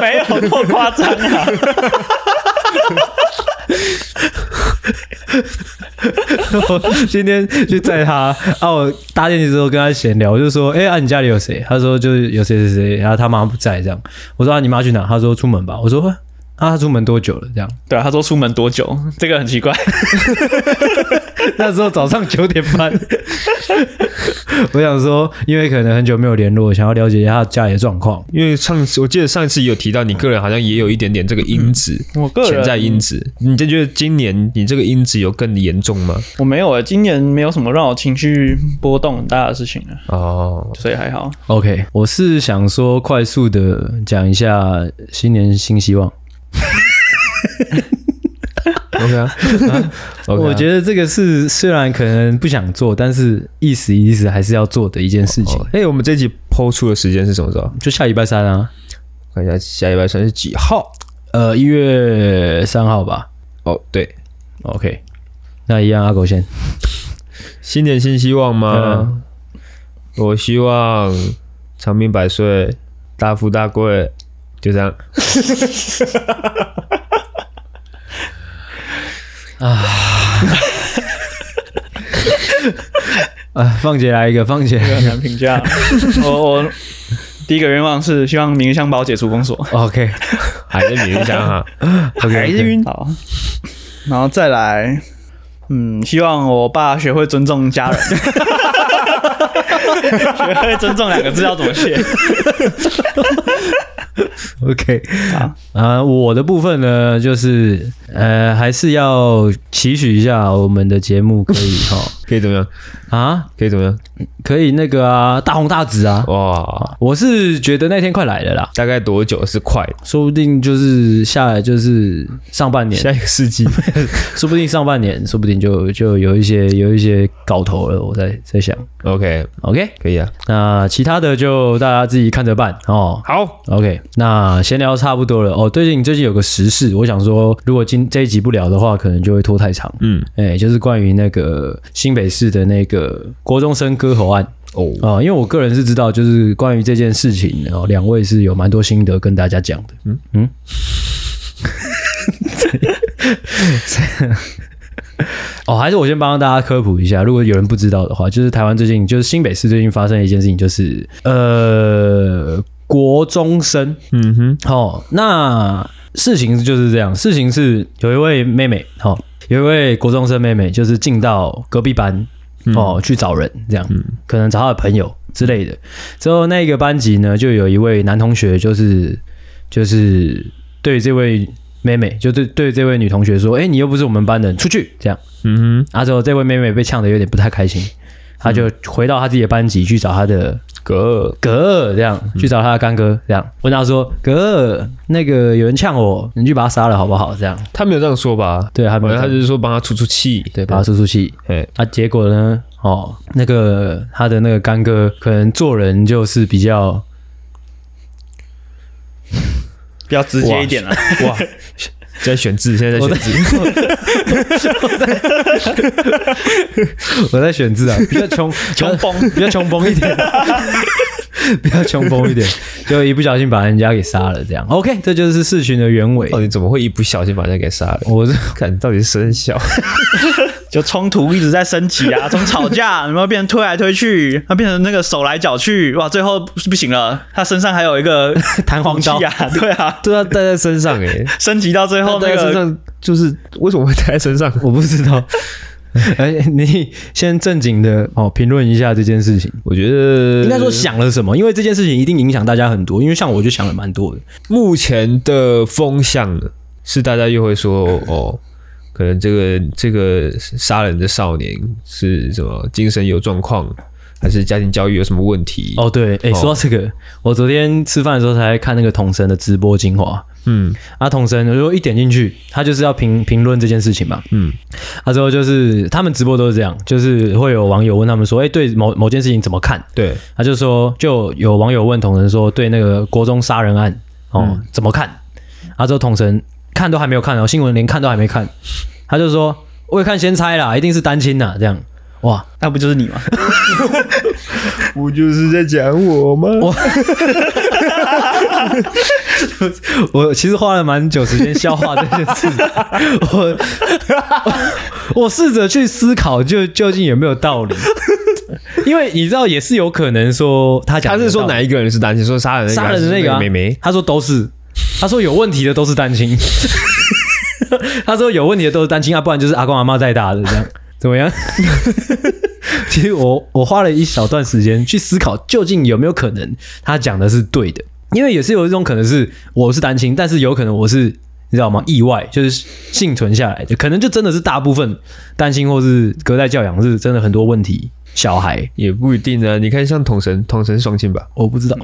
Speaker 2: 没有那么夸张啊。
Speaker 1: 我 今天去载她啊，我搭电梯之后跟她闲聊，我就说，哎、啊，你家里有谁？她说就是有谁谁谁，然后她妈不在这样。我说啊，你妈去哪？她说出门吧。我说。啊，他出门多久了？这样，
Speaker 2: 对啊，他说出门多久，这个很奇怪。
Speaker 1: 那时候早上九点半， 我想说，因为可能很久没有联络，想要了解一下他家里的状况。
Speaker 3: 因为上次我记得上一次有提到，你个人好像也有一点点这个因子，
Speaker 2: 我嗯个人
Speaker 3: 潜在因子。你就觉得今年你这个因子有更严重吗？
Speaker 2: 我没有诶、今年没有什么让我情绪波动很大的事情啊，
Speaker 3: 哦，
Speaker 2: 所以还 好。
Speaker 1: OK，我是想说快速的讲一下新年新希望。
Speaker 3: OK 啊，OK 啊
Speaker 1: 我觉得这个是虽然可能不想做，但是意思意思还是要做的一件事情。
Speaker 3: 哦哎、我们这一集抛出的时间是什么时候？
Speaker 1: 就下礼拜三啊，
Speaker 3: 看一下下礼拜三是几号？
Speaker 1: 号，呃，一月三号吧。
Speaker 3: 哦，对，
Speaker 1: OK，那一样阿狗先。
Speaker 3: 新年新希望吗
Speaker 1: 嗯？
Speaker 3: 我希望长命百岁，大富大贵，就这样。
Speaker 1: 啊，放姐来一个，放姐。
Speaker 2: 这个很难评价。我我第一个愿望是希望明日香把我解除封锁。
Speaker 1: OK，
Speaker 3: 还是你一想哈，OK，
Speaker 1: 还是晕
Speaker 2: 好，然后再来，嗯，希望我爸学会尊重 家人。学会尊重两个字要怎么写？
Speaker 1: OK，
Speaker 2: 好
Speaker 1: 啊，我的部分呢，就是呃，还是要期许一下我们的节目可以哈
Speaker 3: 可以怎么样？
Speaker 1: 啊，
Speaker 3: 可以怎么样？
Speaker 1: 可以那个啊，大红大紫啊。
Speaker 3: 哇，
Speaker 1: 我是觉得那天快来了啦，
Speaker 3: 大概多久是快？
Speaker 1: 说不定就是下来就是上半年，
Speaker 3: 下一个世纪
Speaker 1: 说不定上半年，说不定就就有一些有一些搞头了。我在在想
Speaker 3: ，OK，
Speaker 1: ，OK，
Speaker 3: 可以啊。
Speaker 1: 那其他的就大家自己看着办哦。
Speaker 3: 好，
Speaker 1: OK，那闲聊差不多了哦。最近最近有个时事，我想说，如果今这一集不聊的话，可能就会拖太长。
Speaker 3: 嗯，
Speaker 1: 哎、就是关于那个新北市的那个国中生割喉案
Speaker 3: 哦，
Speaker 1: 啊、因为我个人是知道，就是关于这件事情，然后两位是有蛮多心得跟大家讲的。嗯嗯，哦，还是我先帮大家科普一下，如果有人不知道的话，就是台湾最近就是新北市最近发生了一件事情，就是呃国中生
Speaker 3: 嗯哼，
Speaker 1: 哦，那事情就是这样，事情是有一位妹妹，哦，有一位国中生妹妹，就是进到隔壁班，哦，去找人，这样，可能找她的朋友之类的。之后那个班级呢，就有一位男同学，就是就是对这位妹妹，就对对这位女同学说，哎、你又不是我们班人，出去，这样。
Speaker 3: 嗯
Speaker 1: 啊，之后这位妹妹被呛的有点不太开心，她就回到她自己的班级去找她的
Speaker 3: 哼，哥，
Speaker 1: 哥儿这样去找他的干哥，这样问他说：“哥儿，那个有人呛我，你去把他杀了好不好？”这样
Speaker 3: 他没有这样说吧？
Speaker 1: 对，还
Speaker 3: 好
Speaker 1: 没有
Speaker 3: 像他就是说帮他出出气，
Speaker 1: 对，把他出出气
Speaker 3: 哎，
Speaker 1: 啊。结果呢，哦，那个他的那个干哥可能做人就是比较
Speaker 2: 比较直接一点了。
Speaker 3: 哇，在选 字，现在在
Speaker 1: 我
Speaker 3: 选
Speaker 1: 在
Speaker 3: 字，
Speaker 1: 我在选字啊，比较 穷
Speaker 2: 穷崩
Speaker 1: 比较穷崩一点， 比较穷崩一点，就一不小心把人家给杀了这样。OK，这就是事情的原委
Speaker 3: 到。底怎么会一不小心把人家给杀了？
Speaker 1: 我是
Speaker 3: 看到底是生 肖，
Speaker 2: 就冲突一直在升级啊，从吵架，然后变成推来推去，他变成那个手来脚去，哇，最后不行了，他身上还有一个
Speaker 1: 弹簧刀
Speaker 2: 武器啊，对啊，
Speaker 3: 对啊，带在身上
Speaker 1: 欸
Speaker 3: 哎，
Speaker 2: 升级到最后
Speaker 3: 带
Speaker 2: 那
Speaker 3: 在身
Speaker 2: 个
Speaker 3: 上就是为什么会带在身上？
Speaker 1: 我不知道。哎， 你先正经的哦评论一下这件事情。
Speaker 3: 我觉得
Speaker 1: 应该说想了什么，因为这件事情一定影响大家很多。因为像我就想了蛮多的，
Speaker 3: 目前的风向呢是大家又会说哦，可能这个这个杀人的少年是什么精神有状况，还是家庭教育有什么问题？
Speaker 1: 哦，对，哎、
Speaker 3: 哦
Speaker 1: 说到这个，我昨天吃饭的时候才看那个统神的直播精华，
Speaker 3: 嗯
Speaker 1: 啊，统神如果一点进去，他就是要评评论这件事情嘛，
Speaker 3: 嗯，
Speaker 1: 啊，之后就是他们直播都是这样，就是会有网友问他们说，哎、对某某件事情怎么看？
Speaker 3: 对，
Speaker 1: 他就说，就有网友问统神说，对那个国中杀人案哦、怎么看？啊，之后统神看都还没有看哦，新闻连看都还没看，他就说，我也看先猜啦，一定是单亲啦，这样，哇。
Speaker 2: 那不就是你吗？
Speaker 3: 不就是在讲我吗？
Speaker 1: 我其实花了蛮久时间消化这件 事，我 我试着去思考就究竟有没有道理，因为你知道也是有可能说他讲
Speaker 3: 他
Speaker 1: 的有道理，
Speaker 3: 是说哪一个人是担心说杀人那个
Speaker 1: 杀人的
Speaker 3: 还是
Speaker 1: 那个、啊、
Speaker 3: 妹妹？
Speaker 1: 他说都是，他说有问题的都是单亲， 他说有问题的都是单亲啊，不然就是阿公阿妈带大的这样，怎么样？ 其实我我花了一小段时间去思考，究竟有没有可能他讲的是对的，因为也是有一种可能是我是单亲，但是有可能我是。你知道吗？意外就是幸存下来的，可能就真的是大部分单亲或是隔代教养是真的很多问题。小孩
Speaker 3: 也不一定啊。你看，像统神，统神双亲吧，
Speaker 1: 我不知道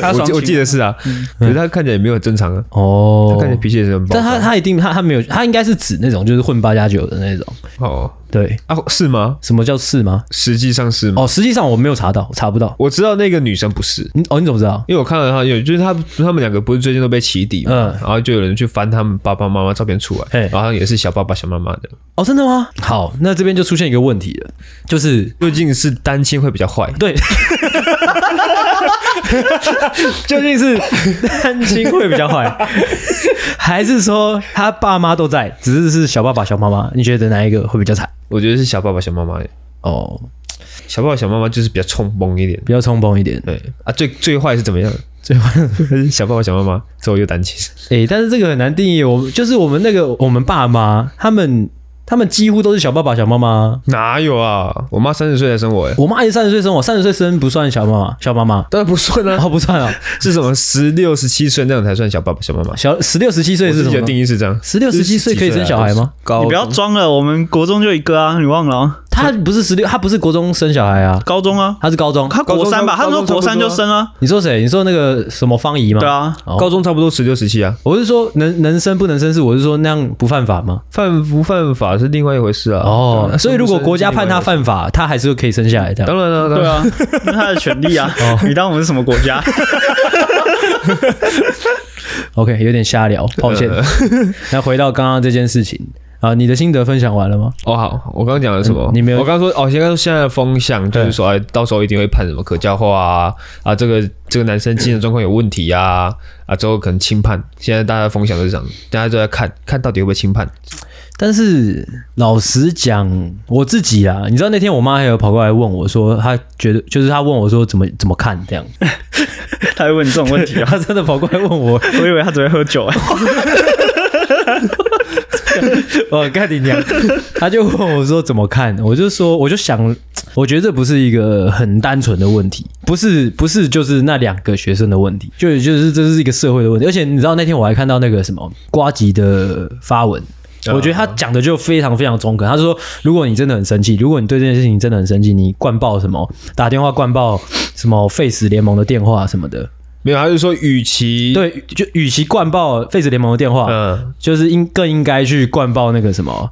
Speaker 2: 他
Speaker 3: 我
Speaker 2: 双
Speaker 3: 记
Speaker 2: 亲
Speaker 3: 我记得是啊，可是他看起来也没有很正常啊，
Speaker 1: 嗯哦
Speaker 3: 他看起来脾气也是很暴躁。
Speaker 1: 但他他一定他他没有他应该是指那种就是混八加九的那种，
Speaker 3: 哦
Speaker 1: 对，
Speaker 3: 啊是吗？
Speaker 1: 什么叫是吗？
Speaker 3: 实际上是吗？
Speaker 1: 哦，实际上我没有查到，我查不到。
Speaker 3: 我知道那个女生不是，
Speaker 1: 你哦，你怎么知道？
Speaker 3: 因为我看到他有，就是他他们两个不是最近都被起底嘛，
Speaker 1: 嗯
Speaker 3: 然后就有人去翻他们爸爸妈妈照片出
Speaker 1: 嘿
Speaker 3: 来，然后也是小爸爸小妈妈的，
Speaker 1: 哦，真的吗？好，那这边就出现一个问题了，就是
Speaker 3: 究竟是单亲会比较坏？
Speaker 1: 对， 究竟是单亲会比较坏，还是说他爸妈都在，只是是小爸爸小妈妈？你觉得哪一个会比较惨？
Speaker 3: 我觉得是小爸爸小妈妈，
Speaker 1: 哦，
Speaker 3: 小爸爸小妈妈就是比较冲崩一点。
Speaker 1: 比较冲动一点。
Speaker 3: 对啊，最最坏是怎么样？
Speaker 1: 最
Speaker 3: 坏 小爸爸小妈妈，最后又单亲。
Speaker 1: 诶、哎但是这个很难定义。我们就是我们那个我们爸妈，他们他们几乎都是小爸爸小妈妈。
Speaker 3: 哪有啊？我妈三十岁才生我、欸，
Speaker 1: 我妈也三十岁生我，三十岁生不算小妈妈，小妈妈。
Speaker 3: 当然不算 啊，
Speaker 1: 哦，不算啊，
Speaker 3: 是什么十六、十七岁那种才算小爸爸小妈妈。
Speaker 1: 小十六十七岁
Speaker 3: 我
Speaker 1: 是
Speaker 3: 自
Speaker 1: 什
Speaker 3: 己
Speaker 1: 么
Speaker 3: 的定
Speaker 1: 呢？
Speaker 3: 义是这样，
Speaker 1: 十六十七岁可以生小孩吗？？
Speaker 3: 高
Speaker 2: 你不要
Speaker 3: 中
Speaker 2: 装了，我们国中就一个啊，你忘了哦？
Speaker 1: 他不是十六，他不是国中生小孩啊，
Speaker 2: 高中啊，
Speaker 1: 他是高中。
Speaker 2: 他国三吧？他
Speaker 3: 高中
Speaker 2: 说国三就生啊，
Speaker 1: 你说谁？你说那个什么方怡吗？
Speaker 2: 对，啊，
Speaker 1: 哦
Speaker 3: 高中差不多十六、十七啊，
Speaker 1: 我是说能能生不能生是，我是说那样不犯法吗？
Speaker 3: 犯不犯法是另外一回事啊。
Speaker 1: 哦
Speaker 3: 对，啊
Speaker 1: 所以如果国家判他，
Speaker 3: 生
Speaker 1: 犯法，他还是可以生下来的
Speaker 3: 不。生是另外一回事当然了，当
Speaker 2: 对
Speaker 3: 然啊，
Speaker 2: 啊，那他的权利啊。你当我们是什么国家？
Speaker 1: OK，有点瞎聊，抱 歉。那回到刚刚这件事情啊，你的心得分享完了吗？
Speaker 3: 哦，好，我刚刚讲了什么？
Speaker 1: 嗯你没有
Speaker 3: 我刚刚说哦，先刚说现在的风向就是说，哎，到时候一定会判什么可教化啊，啊，这个这个男生精神状况有问题啊，啊，之后可能轻判。现在大家的风向都是这样，大家都在看看到底会不会轻判。
Speaker 1: 但是老实讲，我自己啊，你知道那天我妈还有跑过来问我说，她觉得就是她问我说怎么怎么看 这样，
Speaker 2: 他会问你这种问题啊？
Speaker 1: 她真的跑过来问我，
Speaker 2: 我以为他只会喝酒啊。
Speaker 1: 我干你娘！ 她就问我说怎么看，我就说我就想，我觉得这不是一个很单纯的问题，不是不是就是那两个学生的问题，就就是这是一个社会的问题，而且你知道那天我还看到那个什么瓜吉的发文，
Speaker 3: 啊
Speaker 1: 我觉得他讲的就非常非常中肯。他说，如果你真的很生气，如果你对这件事情真的很生气，你灌爆什么，打电话灌爆什么 Face 联盟的电话什么的，
Speaker 3: 没有，他就说，与其，
Speaker 1: 对，就与其灌爆 Face 联盟的电话，
Speaker 3: 嗯，
Speaker 1: 就是应更应该去灌爆那个什么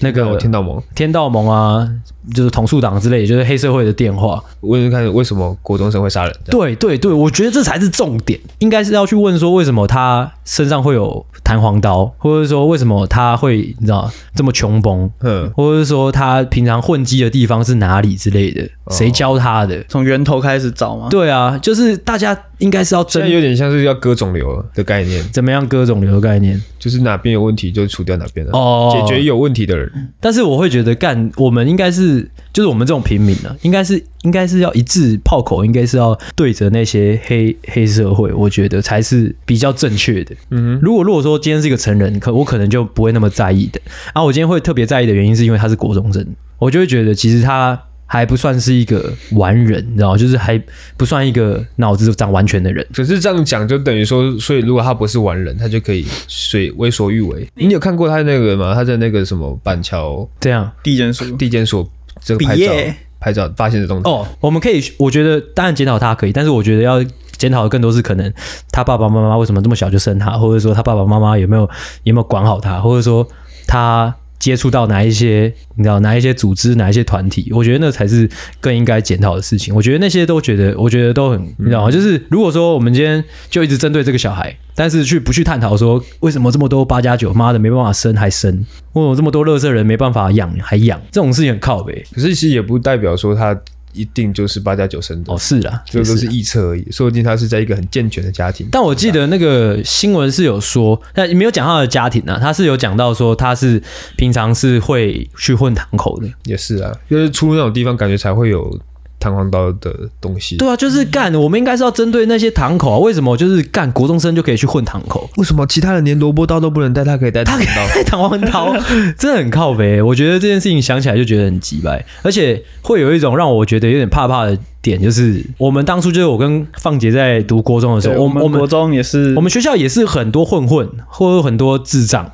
Speaker 1: 那
Speaker 3: 让我
Speaker 1: 个
Speaker 3: 听到吗？
Speaker 1: 天道盟啊，就是统促党之类，就是黑社会的电话。
Speaker 3: 问问看为什么国中生会杀人？这样
Speaker 1: 对对对，我觉得这才是重点，应该是要去问说为什么他身上会有弹簧刀，或者说为什么他会你知道这么穷崩。
Speaker 3: 嗯，
Speaker 1: 或者是说他平常混迹的地方是哪里之类的，谁教他的？
Speaker 2: 从源头开始找吗？
Speaker 1: 对啊，就是大家应该是要
Speaker 3: 现在
Speaker 1: 真
Speaker 3: 有点像是要割肿瘤的概念，
Speaker 1: 怎么样割肿瘤的概念
Speaker 3: 就是哪边有问题就除掉哪边的，
Speaker 1: 哦
Speaker 3: 解决有问题的人。
Speaker 1: 但是我会觉得干，我们应该是就是我们这种平民啊，应该是应该是要一致炮口，应该是要对着那些黑黑社会，我觉得才是比较正确的。嗯，如果如果说今天是一个成人，可我可能就不会那么在意的。啊，我今天会特别在意的原因是因为他是国中生，我就会觉得其实他。还不算是一个完人，你知道吗？就是还不算一个脑子长完全的人。
Speaker 3: 可是这样讲就等于说，所以如果他不是完人，他就可以随为所欲为。你有看过他那个吗？他在那个什么板桥
Speaker 1: 这样
Speaker 2: 地检署
Speaker 3: 地检所这个拍
Speaker 2: 毕
Speaker 3: 照
Speaker 2: 业
Speaker 3: 拍照发现的东西。
Speaker 1: 哦，我们可以，我觉得当然检讨他可以，但是我觉得要检讨的更多是可能他爸爸妈妈为什么这么小就生他，或者说他爸爸妈妈有没有有没有管好他，或者说他接触到哪一些你知道哪一些组织哪一些团体，我觉得那才是更应该检讨的事情。我觉得那些都觉得，我觉得都很你知道吗？就是如果说我们今天就一直针对这个小孩，但是去不去探讨说为什么这么多八加九，妈的没办法生还生，为什么这么多乐色人没办法养还养，这种事情很靠北。
Speaker 3: 可是其实也不代表说他一定就是八加九生的
Speaker 1: 哦，，是啦，
Speaker 3: 这个都
Speaker 1: 也
Speaker 3: 是臆测而已。说不定他是在一个很健全的家庭。
Speaker 1: 但我记得那个新闻是有说，但没有讲他的家庭啊，他是有讲到说他是平常是会去混堂口的，
Speaker 3: 也是啊，就是出那种地方，感觉才会有弹簧刀的东西。
Speaker 1: 对啊，就是干，我们应该是要针对那些堂口啊，为什么就是干国中生就可以去混堂口？
Speaker 3: 为什么其他人连萝卜刀都不能带，他可以带
Speaker 1: 他
Speaker 3: 弹
Speaker 1: 可
Speaker 3: 簧
Speaker 1: 以
Speaker 3: 刀？
Speaker 1: 带弹簧刀， 真的很靠北。我觉得这件事情想起来就觉得很鸡掰，而且会有一种让我觉得有点怕怕的点，就是我们当初就是我跟放杰在读国中的时
Speaker 2: 对
Speaker 1: 候，
Speaker 2: 我
Speaker 1: 我们我
Speaker 2: 们
Speaker 1: 们
Speaker 2: 国中也是
Speaker 1: 我们学校也是很多混混，或有很多智障，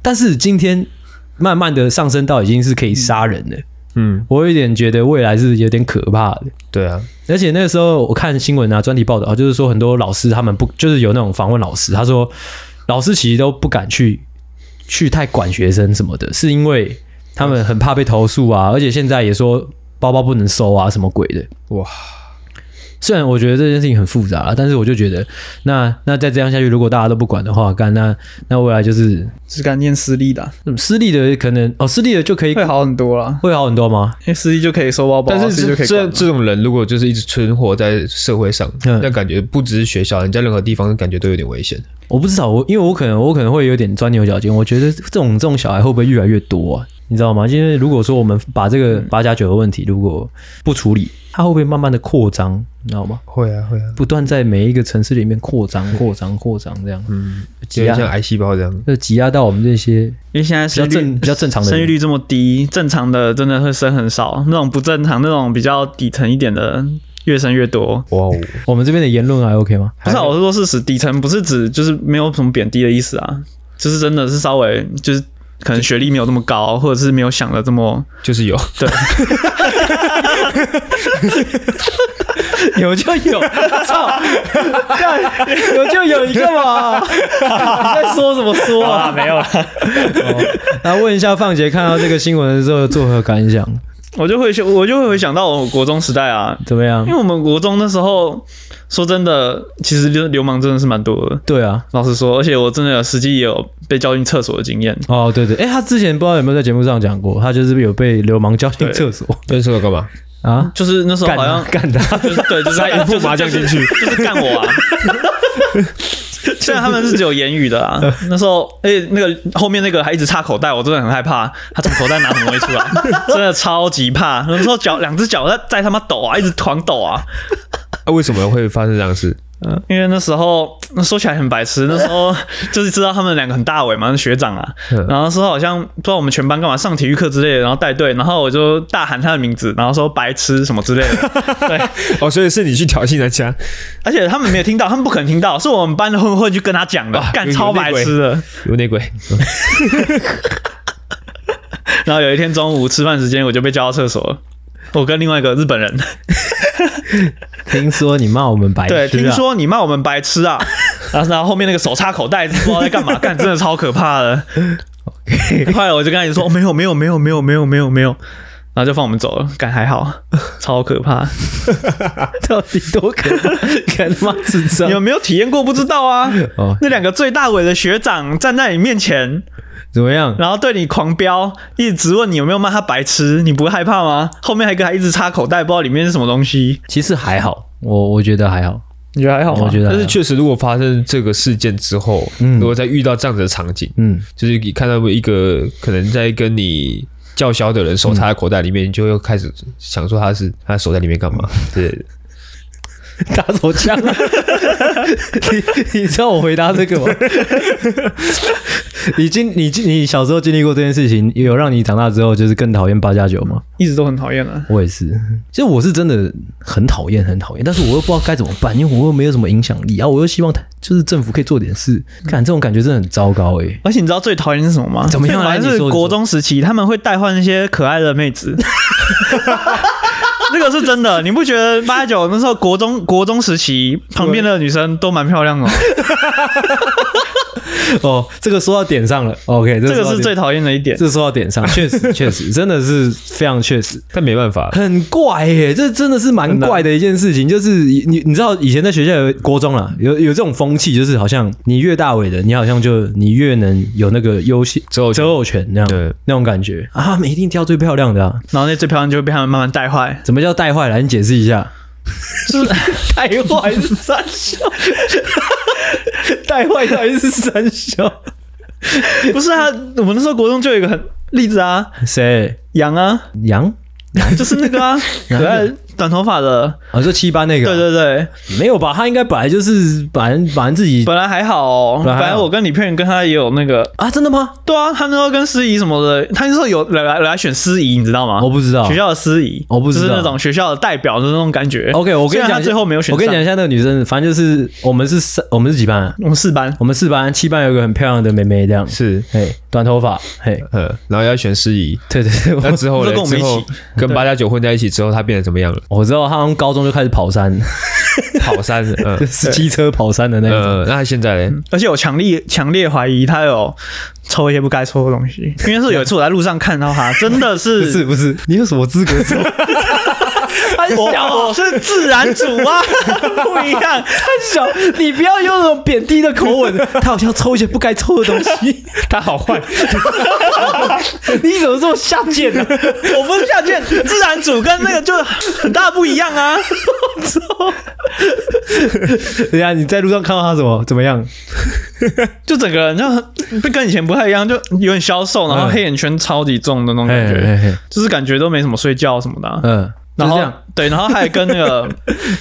Speaker 1: 但是今天慢慢的上升到已经是可以杀人了。
Speaker 3: 嗯，
Speaker 1: 我有点觉得未来是有点可怕的。
Speaker 3: 对啊，
Speaker 1: 而且那个时候我看新闻啊，专题报道，就是说很多老师他们不就是有那种访问老师，他说老师其实都不敢去去太管学生什么的，是因为他们很怕被投诉啊，而且现在也说包包不能收啊，什么鬼的。
Speaker 3: 哇，
Speaker 1: 虽然我觉得这件事情很复杂啊，但是我就觉得，那那再这样下去，如果大家都不管的话，干那那未来就是
Speaker 2: 只敢念私立的啊、
Speaker 1: 嗯私立的可能哦，私立的就可以
Speaker 3: 啊
Speaker 2: 会好很多啦，
Speaker 1: 会好很多吗？
Speaker 2: 因为私立就可以收包包，
Speaker 3: 但
Speaker 2: 私
Speaker 3: 是
Speaker 2: 立就可
Speaker 3: 这
Speaker 2: 以管
Speaker 3: 这
Speaker 2: 了
Speaker 3: 这种人，如果就是一直存活在社会上，
Speaker 1: 嗯
Speaker 3: 那感觉不只是学校，你在任何地方感觉都有点危险。
Speaker 1: 我不知道，我因为我可能我可能会有点钻牛角尖，我觉得这种这种小孩会不会越来越多啊？你知道吗？因为如果说我们把这
Speaker 3: 嗯
Speaker 1: 个八加九的问题如果不处理，它会不会慢慢的扩张？你知道吗？
Speaker 3: 会啊，会啊，
Speaker 1: 不断在每一个城市里面扩张、扩张、扩张，这样
Speaker 3: 嗯，
Speaker 1: 挤
Speaker 3: 有点像
Speaker 1: 压，
Speaker 3: 癌细胞这样。
Speaker 1: 就挤压到我们这些
Speaker 2: 因为现在
Speaker 1: 比较
Speaker 2: 生育
Speaker 1: 正比较正常的
Speaker 2: 生育
Speaker 1: 人。
Speaker 2: 率这么低，正常的真的会生很少，那种不正常、那种比较底层一点的，越生越多。
Speaker 3: 哇哦，
Speaker 1: 我们这边的言论还 OK 吗？
Speaker 2: 不是啊，我是说事实，底层不是指就是没有什么贬低的意思啊，就是真的是稍微就是可能学历没有这么高，或者是没有想的这么
Speaker 3: 就是有，
Speaker 1: 有就 有，操！干有就有，你干 嘛？你在说什么说啊？
Speaker 2: 没有了，
Speaker 1: 哦那、问一下放姐，看到这个新闻的时候作何感想？
Speaker 2: 我就会想我就会回想到我国中时代啊，
Speaker 1: 怎么样
Speaker 2: 因为？我们国中那时候说真的，其实流流氓真的是蛮多的。
Speaker 1: 对啊，
Speaker 2: 老实说，而且我真的有实际也有被叫进厕所的经验，
Speaker 1: 哦，对对，哎，他之前不知道有没有在节目上讲过，他就是有被流氓叫进厕所
Speaker 3: 那时候干嘛？
Speaker 1: 啊，
Speaker 2: 就是那时候
Speaker 1: 干
Speaker 2: 好像
Speaker 1: 他干啊他，
Speaker 2: 就是对，就是他
Speaker 3: 一副麻将进去
Speaker 2: 就是就是干我 啊。虽然他们是只有言语的啊，那时候，而且那个后面那个还一直插口袋，我真的很害怕，他从口袋拿什么东西出来，真的超级怕。那时候脚两只脚在在他妈抖啊，一直狂抖啊，
Speaker 3: 啊，为什么会发生这样的事？
Speaker 2: 因为那时候那说起来很白 痴，那时候就是知道他们两个很大尾嘛，那学长啊，
Speaker 3: 嗯
Speaker 2: 然后说好像不知道我们全班干嘛上体育课之类的，然后带队，然后我就大喊他的名字，然后说白痴什么之类的， 对，
Speaker 3: 哦，所以是你去挑衅人家，
Speaker 2: 而且他们没有听到，他们不肯听到，是我们班的混混去跟他讲的
Speaker 3: 啊，
Speaker 2: 干
Speaker 3: 有
Speaker 2: 超白痴的。
Speaker 3: 有内鬼。
Speaker 2: 然后有一天中午吃饭时间，我就被叫到厕所了。我跟另外一个日本人，
Speaker 1: 听说你骂我们白痴、啊，
Speaker 2: 对，听说你骂我们白痴啊，然后然后后面那个手插口袋，不知道在干嘛，干真的超可怕的。后来我就跟他讲说、哦没有没有没有没有没有没有没有，然后就放我们走了，干还好，超可怕。
Speaker 1: 到底多可怕，干他妈智障
Speaker 2: 你有没有体验过不知道啊？
Speaker 1: 哦，
Speaker 2: 那两个最大尾的学长站在你面前，
Speaker 1: 怎么样？
Speaker 2: 然后对你狂飙，一直问你有没有骂他白痴，你不会害怕吗？后面还一个还一直插口袋，不知道里面是什么东西。
Speaker 1: 其实还好，我我觉得还好，
Speaker 2: 你觉得还好
Speaker 1: 我觉得还好，
Speaker 3: 但是确实，如果发生这个事件之后，
Speaker 1: 嗯
Speaker 3: 如果再遇到这样子的场景，
Speaker 1: 嗯，
Speaker 3: 就是你看到一个可能在跟你叫嚣的人手插在口袋里面，你就会开始想说他是他手在里面干嘛之
Speaker 2: 嗯
Speaker 3: 类的。
Speaker 1: 打手枪、 你你知道我回答这个 吗？你经你经你小时候经历过这件事情，有让你长大之后就是更讨厌八加九吗？
Speaker 2: 一直都很讨厌啊。
Speaker 1: 我也是，其实我是真的很讨厌，很讨厌，但是我又不知道该怎么办，因为我又没有什么影响力啊，我又希望他就是政府可以做点事，看这种感觉真的很糟糕哎、
Speaker 2: 而且你知道最讨厌是什么吗？
Speaker 1: 怎么样来
Speaker 2: 反正
Speaker 1: 你
Speaker 2: 是
Speaker 1: 说你说
Speaker 2: 国中时期，他们会代换那些可爱的妹子。 这个是真的，你不觉得八九那时候国中国中时期旁边的女生都蛮漂亮的吗？
Speaker 1: 哦，这个说到点上了，OK，这
Speaker 2: 这
Speaker 1: 说
Speaker 2: 个
Speaker 1: 到
Speaker 2: 是
Speaker 1: 点
Speaker 2: 最讨厌的一点。
Speaker 1: 这说到点上，确实确实真的是非常确实。
Speaker 3: 但没 办法，
Speaker 1: 很怪耶、这真的是蛮怪的一件事情。就是你你知道以前在学校有国中啦，有有这种风气，就是好像你越大尾的，你好像就你越能有那个优先
Speaker 3: 择偶权
Speaker 1: 择偶权那样
Speaker 3: 对
Speaker 1: 那种感觉啊，他们一定挑最漂亮的啊。
Speaker 2: 然后那最漂亮就会被他们慢慢带坏，
Speaker 1: 怎么叫带坏了？你解释一下。
Speaker 2: 就是带坏是三小。
Speaker 1: 带坏到底是三小？
Speaker 2: 不是啊，我们那时候国中就有一个很例子啊，
Speaker 1: 谁？
Speaker 2: 羊啊，
Speaker 1: 羊？
Speaker 2: 就是那个啊，可
Speaker 1: 哪
Speaker 2: 爱
Speaker 1: 一
Speaker 2: 短头发的，
Speaker 1: 啊，说七班那个啊，
Speaker 2: 对对对，
Speaker 1: 没有吧？他应该本来就是本来本来自己
Speaker 2: 本来还好、哦，
Speaker 1: 本
Speaker 2: 本
Speaker 1: 来还好
Speaker 2: 来我跟李佩云跟他也有那个，
Speaker 1: 啊，真的吗？
Speaker 2: 对啊，他那时候跟司仪什么的，他那时候有来来来选司仪，你知道吗？
Speaker 1: 我不知道
Speaker 2: 啊学。校的司仪，
Speaker 1: 我不知道
Speaker 2: 就是那种学校的代表的那种感觉。
Speaker 1: OK，我跟
Speaker 2: 虽
Speaker 1: 你
Speaker 2: 然
Speaker 1: 讲，
Speaker 2: 他最后没有选上
Speaker 1: 我跟你讲一下那个女生，反正就是我们是三，我们是几班啊？
Speaker 2: 我们四班，
Speaker 1: 我们四班，七班有一个很漂亮的妹妹，这样，
Speaker 3: 是，
Speaker 1: 嘿，短头发，嘿，
Speaker 3: 呃，然后要选司 仪，
Speaker 1: 对对对，
Speaker 3: 那
Speaker 1: 我
Speaker 3: 之后呢
Speaker 2: 都跟？我们
Speaker 3: 之
Speaker 2: 一起
Speaker 3: 后 跟八加九混在一起之后，他变得怎么样了？
Speaker 1: 我知道，她从高中就开始跑 山，
Speaker 3: 跑山，嗯
Speaker 1: 是机车跑山的那种。
Speaker 3: 呃，那他现在嘞？
Speaker 2: 而且我强烈强烈怀疑他有抽一些不该抽的东西，因为是有一次我在路上看到他，真的
Speaker 1: 不
Speaker 2: 是
Speaker 1: 呃是不是，你有什么资格说？ 他啊
Speaker 2: 我我啊是自然组啊， 不一样。
Speaker 1: 小，你不要用那种贬低的口 吻，他好像抽一些不该抽的东西，
Speaker 3: 他好坏，
Speaker 1: 你怎么这么下贱啊呢、
Speaker 2: 我不是下贱，自然组跟那个就很大不一样 啊。
Speaker 1: 等一下你在路上看到他怎么怎么样？
Speaker 2: 就整个人就很跟以前不太一样，就有点消瘦，然后
Speaker 1: 嗯
Speaker 2: 黑眼圈超级重的那种感觉，
Speaker 1: 哎，
Speaker 2: 就是感觉都没什么睡觉什么的啊、
Speaker 1: 嗯，
Speaker 2: 然
Speaker 1: 就
Speaker 2: 后
Speaker 1: 这样
Speaker 2: 对，然后还跟那 个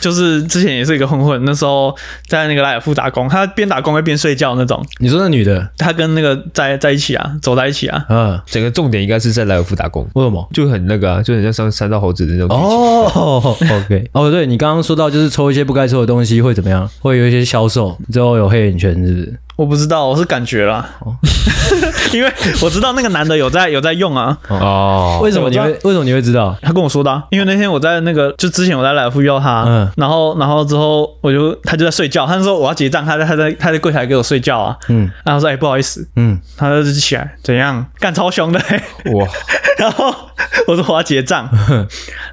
Speaker 2: 就是之前也是一个混混，那时候在那个莱尔富打工，他边打工会边睡觉那种。
Speaker 1: 你说那女的，
Speaker 2: 他跟那个在在一起啊，走在一起啊。
Speaker 1: 嗯，
Speaker 3: 整个重点应该是在莱尔夫打工，
Speaker 1: 为什么？
Speaker 3: 就很那个啊，就很像上三道猴子的那种剧情。
Speaker 1: 哦，OK，哦，对你刚刚说到就是抽一些不该抽的东西会怎么样？会有一些消瘦，之后有黑眼圈，是不是？
Speaker 2: 我不知道，我是感觉啦，
Speaker 1: 哦
Speaker 2: 因为我知道那个男的有在有在用啊，
Speaker 3: 哦，
Speaker 1: 为什么你会为什么你会知道？
Speaker 2: 他跟我说的、啊，因为那天我在那个，就之前我在莱尔富遇到他，啊
Speaker 1: 嗯
Speaker 2: 然后然后之后我就他就在睡觉，他就说我要结账，他在他在他在柜台给我睡觉啊，
Speaker 1: 嗯
Speaker 2: 然后我说哎、不好意思，
Speaker 1: 嗯，
Speaker 2: 他就起来怎样干超凶的、嘿
Speaker 3: 哦哇，
Speaker 2: 然后我说我要 结账，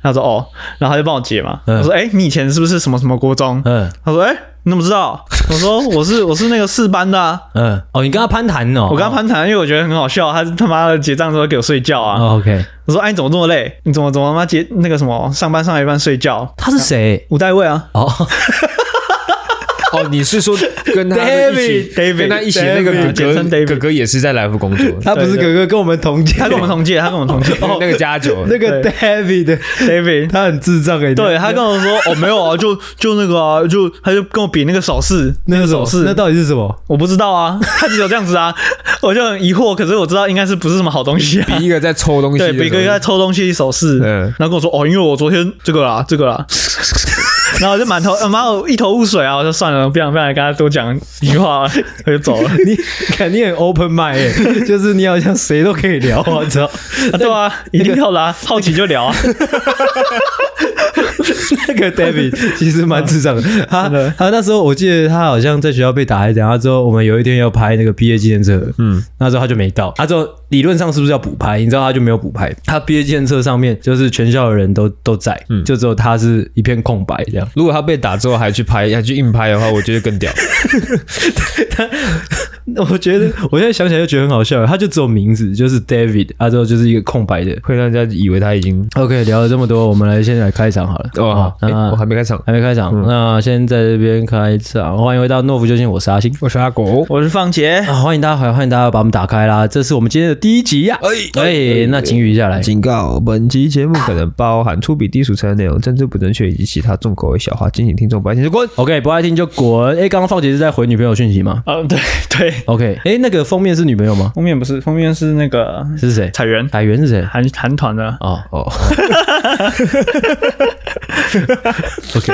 Speaker 2: 他说哦，然后他就帮我结嘛，
Speaker 1: 嗯
Speaker 2: 我说哎、你以前是不是什么什么国中？
Speaker 1: 嗯
Speaker 2: 他说哎、你怎么知道？我说我是我是那个四班的、啊，
Speaker 1: 嗯，哦，你跟他攀谈哦，
Speaker 2: 我跟他攀谈，因为我觉得很好笑，他他妈的结账的时候给我睡觉啊，
Speaker 1: 哦，OK，
Speaker 2: 我说哎、你怎么这么累？你怎么怎么他妈结那个什么上班上一半睡觉？啊
Speaker 1: 他是谁？
Speaker 2: 五代位啊，
Speaker 1: 哦，
Speaker 3: 哦，你是说跟他一起
Speaker 2: David，
Speaker 3: 跟他一起那
Speaker 2: David，简
Speaker 3: 个
Speaker 2: 称
Speaker 3: 哥
Speaker 2: David
Speaker 3: 哥哥也是在莱尔夫工 作，
Speaker 1: 他不是哥哥，跟我们同届，
Speaker 2: 他跟我们 同届，他跟我们同届。
Speaker 1: 哦
Speaker 2: 哦
Speaker 3: 那个加九，
Speaker 1: 那个 David，
Speaker 2: David，
Speaker 1: 他很智障哎，
Speaker 2: 对他跟我说，哦，没有啊，就就那个啊，就他就跟我比那个手势，
Speaker 1: 那个手
Speaker 2: 手势
Speaker 1: 那到底是什么？
Speaker 2: 我不知道啊， 他只有这样子啊，我就很疑惑，可是我知道应该是不是什么好东西啊。
Speaker 3: 比一个在抽东西的
Speaker 2: 对，
Speaker 3: 时候，
Speaker 2: 比哥在抽东西手势，
Speaker 3: 嗯
Speaker 2: 然后跟我说哦，因为我昨天这个啦，这个啦， 然后我就满头呃妈我一头雾水啊，我就算了，不想不想跟他多讲一句话，我就走了。
Speaker 1: 你 肯定很 open mind，欸就是你好像谁都可以聊啊，知道？
Speaker 2: 啊对啊， 一定要啦，好奇就聊啊。
Speaker 1: 那个 David 其实蛮智 障的，他
Speaker 2: 真的
Speaker 1: 他那时候我记得他好像在学校被打还是怎样，他之后我们有一天要拍那个毕业纪念册，嗯，那时候他就没到，他之后理论上是不是要补拍？你知道他就没有补拍，他毕业纪念册上面就是全校的人都都在，就只有他是一片空白这样。
Speaker 3: 如果他被打之后还去拍，还去硬拍的话，我觉得 更屌。
Speaker 1: 我觉得我现在想起来就觉得很好笑，他就只有名字就是 David，啊之后就是一个空白的。
Speaker 3: 会让人家以为他已经
Speaker 1: OK，聊了这么多，我们来先来开场好了。
Speaker 3: 哦，好
Speaker 1: 那
Speaker 3: 诶我还没开场，
Speaker 1: 哎还没开场，嗯那先在这边开场，欢迎回到诺夫究竟，我是阿星。
Speaker 3: 我是阿狗。
Speaker 2: 我是放杰，
Speaker 1: 啊，欢迎大家回来，欢迎大家把我们打开啦！这是我们今天的第一集呀、哎、那警语一下来，
Speaker 3: 警告：本集节目可能包含粗鄙低俗成人内容、政治不正确以及其他重口味笑话，敬请听众不爱听就滚。
Speaker 1: OK，不爱听就滚。哎、刚刚放姐是在回女朋友讯息吗
Speaker 2: 呃，对对，
Speaker 1: ？OK，哎、那个封面是女朋友吗？
Speaker 2: 封面不是，封面是那个
Speaker 1: 是谁？
Speaker 2: 彩原
Speaker 1: 海源是谁？
Speaker 2: 韩韩团的。
Speaker 1: 哦
Speaker 3: 哦，
Speaker 1: ，OK。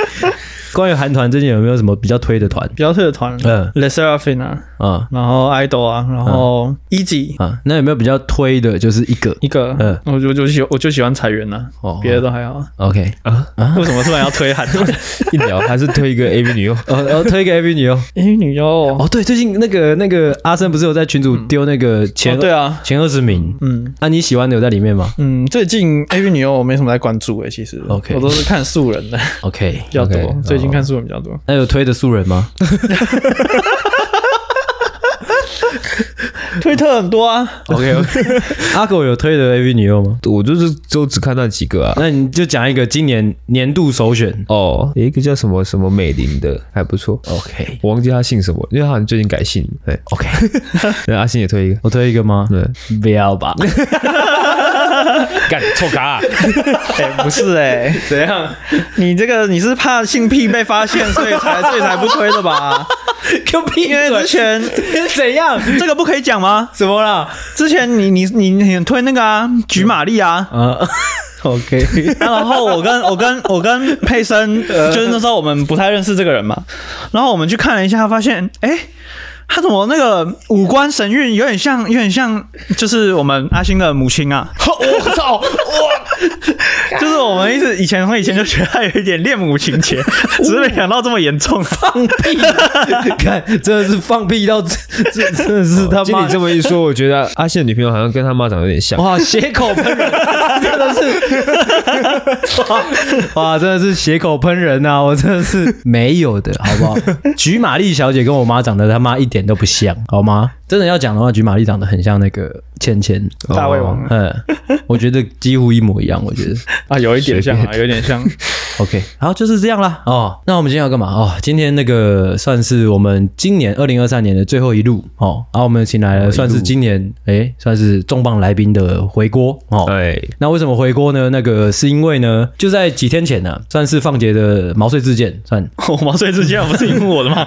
Speaker 1: 关于韩团最近有没有什么比较推的团？
Speaker 2: 比较推的团，
Speaker 1: 嗯
Speaker 2: l e s e r a f i n 啊，
Speaker 1: 啊
Speaker 2: 然后 idol 啊，然
Speaker 3: 嗯
Speaker 2: 后 Easy
Speaker 1: 啊，那有没有比较推的？就是一个
Speaker 2: 一个，
Speaker 1: 嗯
Speaker 2: 我就我就喜我就喜欢彩原呐、
Speaker 1: 哦
Speaker 2: 别的都还好。
Speaker 1: OK，
Speaker 2: 为什么突然要 推韩团？
Speaker 3: 一聊还是推一个 AV 女优，
Speaker 1: 呃呃，推给 AV 女优。
Speaker 2: 英女优哦，
Speaker 1: 哦，对，最近那个那个阿森不是有在群主丢那个前、
Speaker 2: 对啊，
Speaker 1: 前二十名？
Speaker 2: 嗯
Speaker 1: 那、你喜欢的有在里面吗
Speaker 2: 嗯，最近 AV 女优我没什么在关注诶、欸其实
Speaker 1: OK
Speaker 2: 我都是看素人 的
Speaker 1: ？OK，哦
Speaker 2: 比较多
Speaker 3: OK，
Speaker 2: 最近看素人比较多。
Speaker 1: 那有推的素人 吗？
Speaker 2: 推特很 多啊，
Speaker 1: OK OK，阿狗有推的 AV 女优吗？
Speaker 3: 我哦就是都只看那几个啊。
Speaker 1: 那你就讲一个今年年度首选。
Speaker 3: 哦，有一个叫什么什么美玲的，还不错。
Speaker 1: OK
Speaker 3: 我忘记她姓什么，因为她好像最近改姓。哎对，
Speaker 1: OK，
Speaker 3: 哦那阿信也推一个。
Speaker 1: 我推一个吗？
Speaker 3: 对，
Speaker 1: 不要吧。
Speaker 3: 干臭嘎啊、
Speaker 2: 哎、不是哎、
Speaker 1: 怎样？
Speaker 2: 你这个你是怕性癖被发现，所以 才所以才不推的吧？
Speaker 1: 个屁
Speaker 2: 因为之
Speaker 1: 嘴！
Speaker 2: 前
Speaker 1: 怎样？
Speaker 2: 这个不可以讲吗？
Speaker 1: 怎么了？
Speaker 2: 之前你你你你推那个啊，举玛丽啊，
Speaker 1: 啊，OK，
Speaker 2: 然后我跟我跟我跟佩森，就是那时候我们不太认识这个人嘛，然后我们去看了一下，发现哎。他怎么那个五官神韵有点像，有点像，就是我们阿星的母亲啊，
Speaker 3: 我操！
Speaker 2: 就是我们一直以前我以前就觉得他有一点恋母情节，只是没想到这么严重、啊。
Speaker 1: 放屁！ 看，真的是放屁到这这真的是他
Speaker 3: 经
Speaker 1: 妈
Speaker 3: 你这么一说，我觉得阿信的女朋友好像跟他妈长得有点像。
Speaker 1: 哇，血口喷人，真的是 哇哇，真的是血口喷人呐、我真的是没有的，好不好？菊玛丽小姐跟我妈长得他妈一点都不像，好吗？真的要讲的话，菊玛丽长得很像那个芊芊，
Speaker 2: 大胃王
Speaker 1: 嗯，我觉得几乎一模一样，我觉得。
Speaker 2: 啊，有一点像啊，有点像。
Speaker 1: OK，好，就是这样啦。哦，那我们今天要干嘛？哦，今天那个算是我们今年二零二三年的最后一路哦，啊，我们请来了算是今年诶，算是重磅来宾的回锅哦。
Speaker 3: 哎，
Speaker 1: 那为什么回锅呢？那个是因为呢，就在几天前呢、啊算是放杰的毛遂自荐，算
Speaker 2: 我毛遂自荐不是因为我的吗？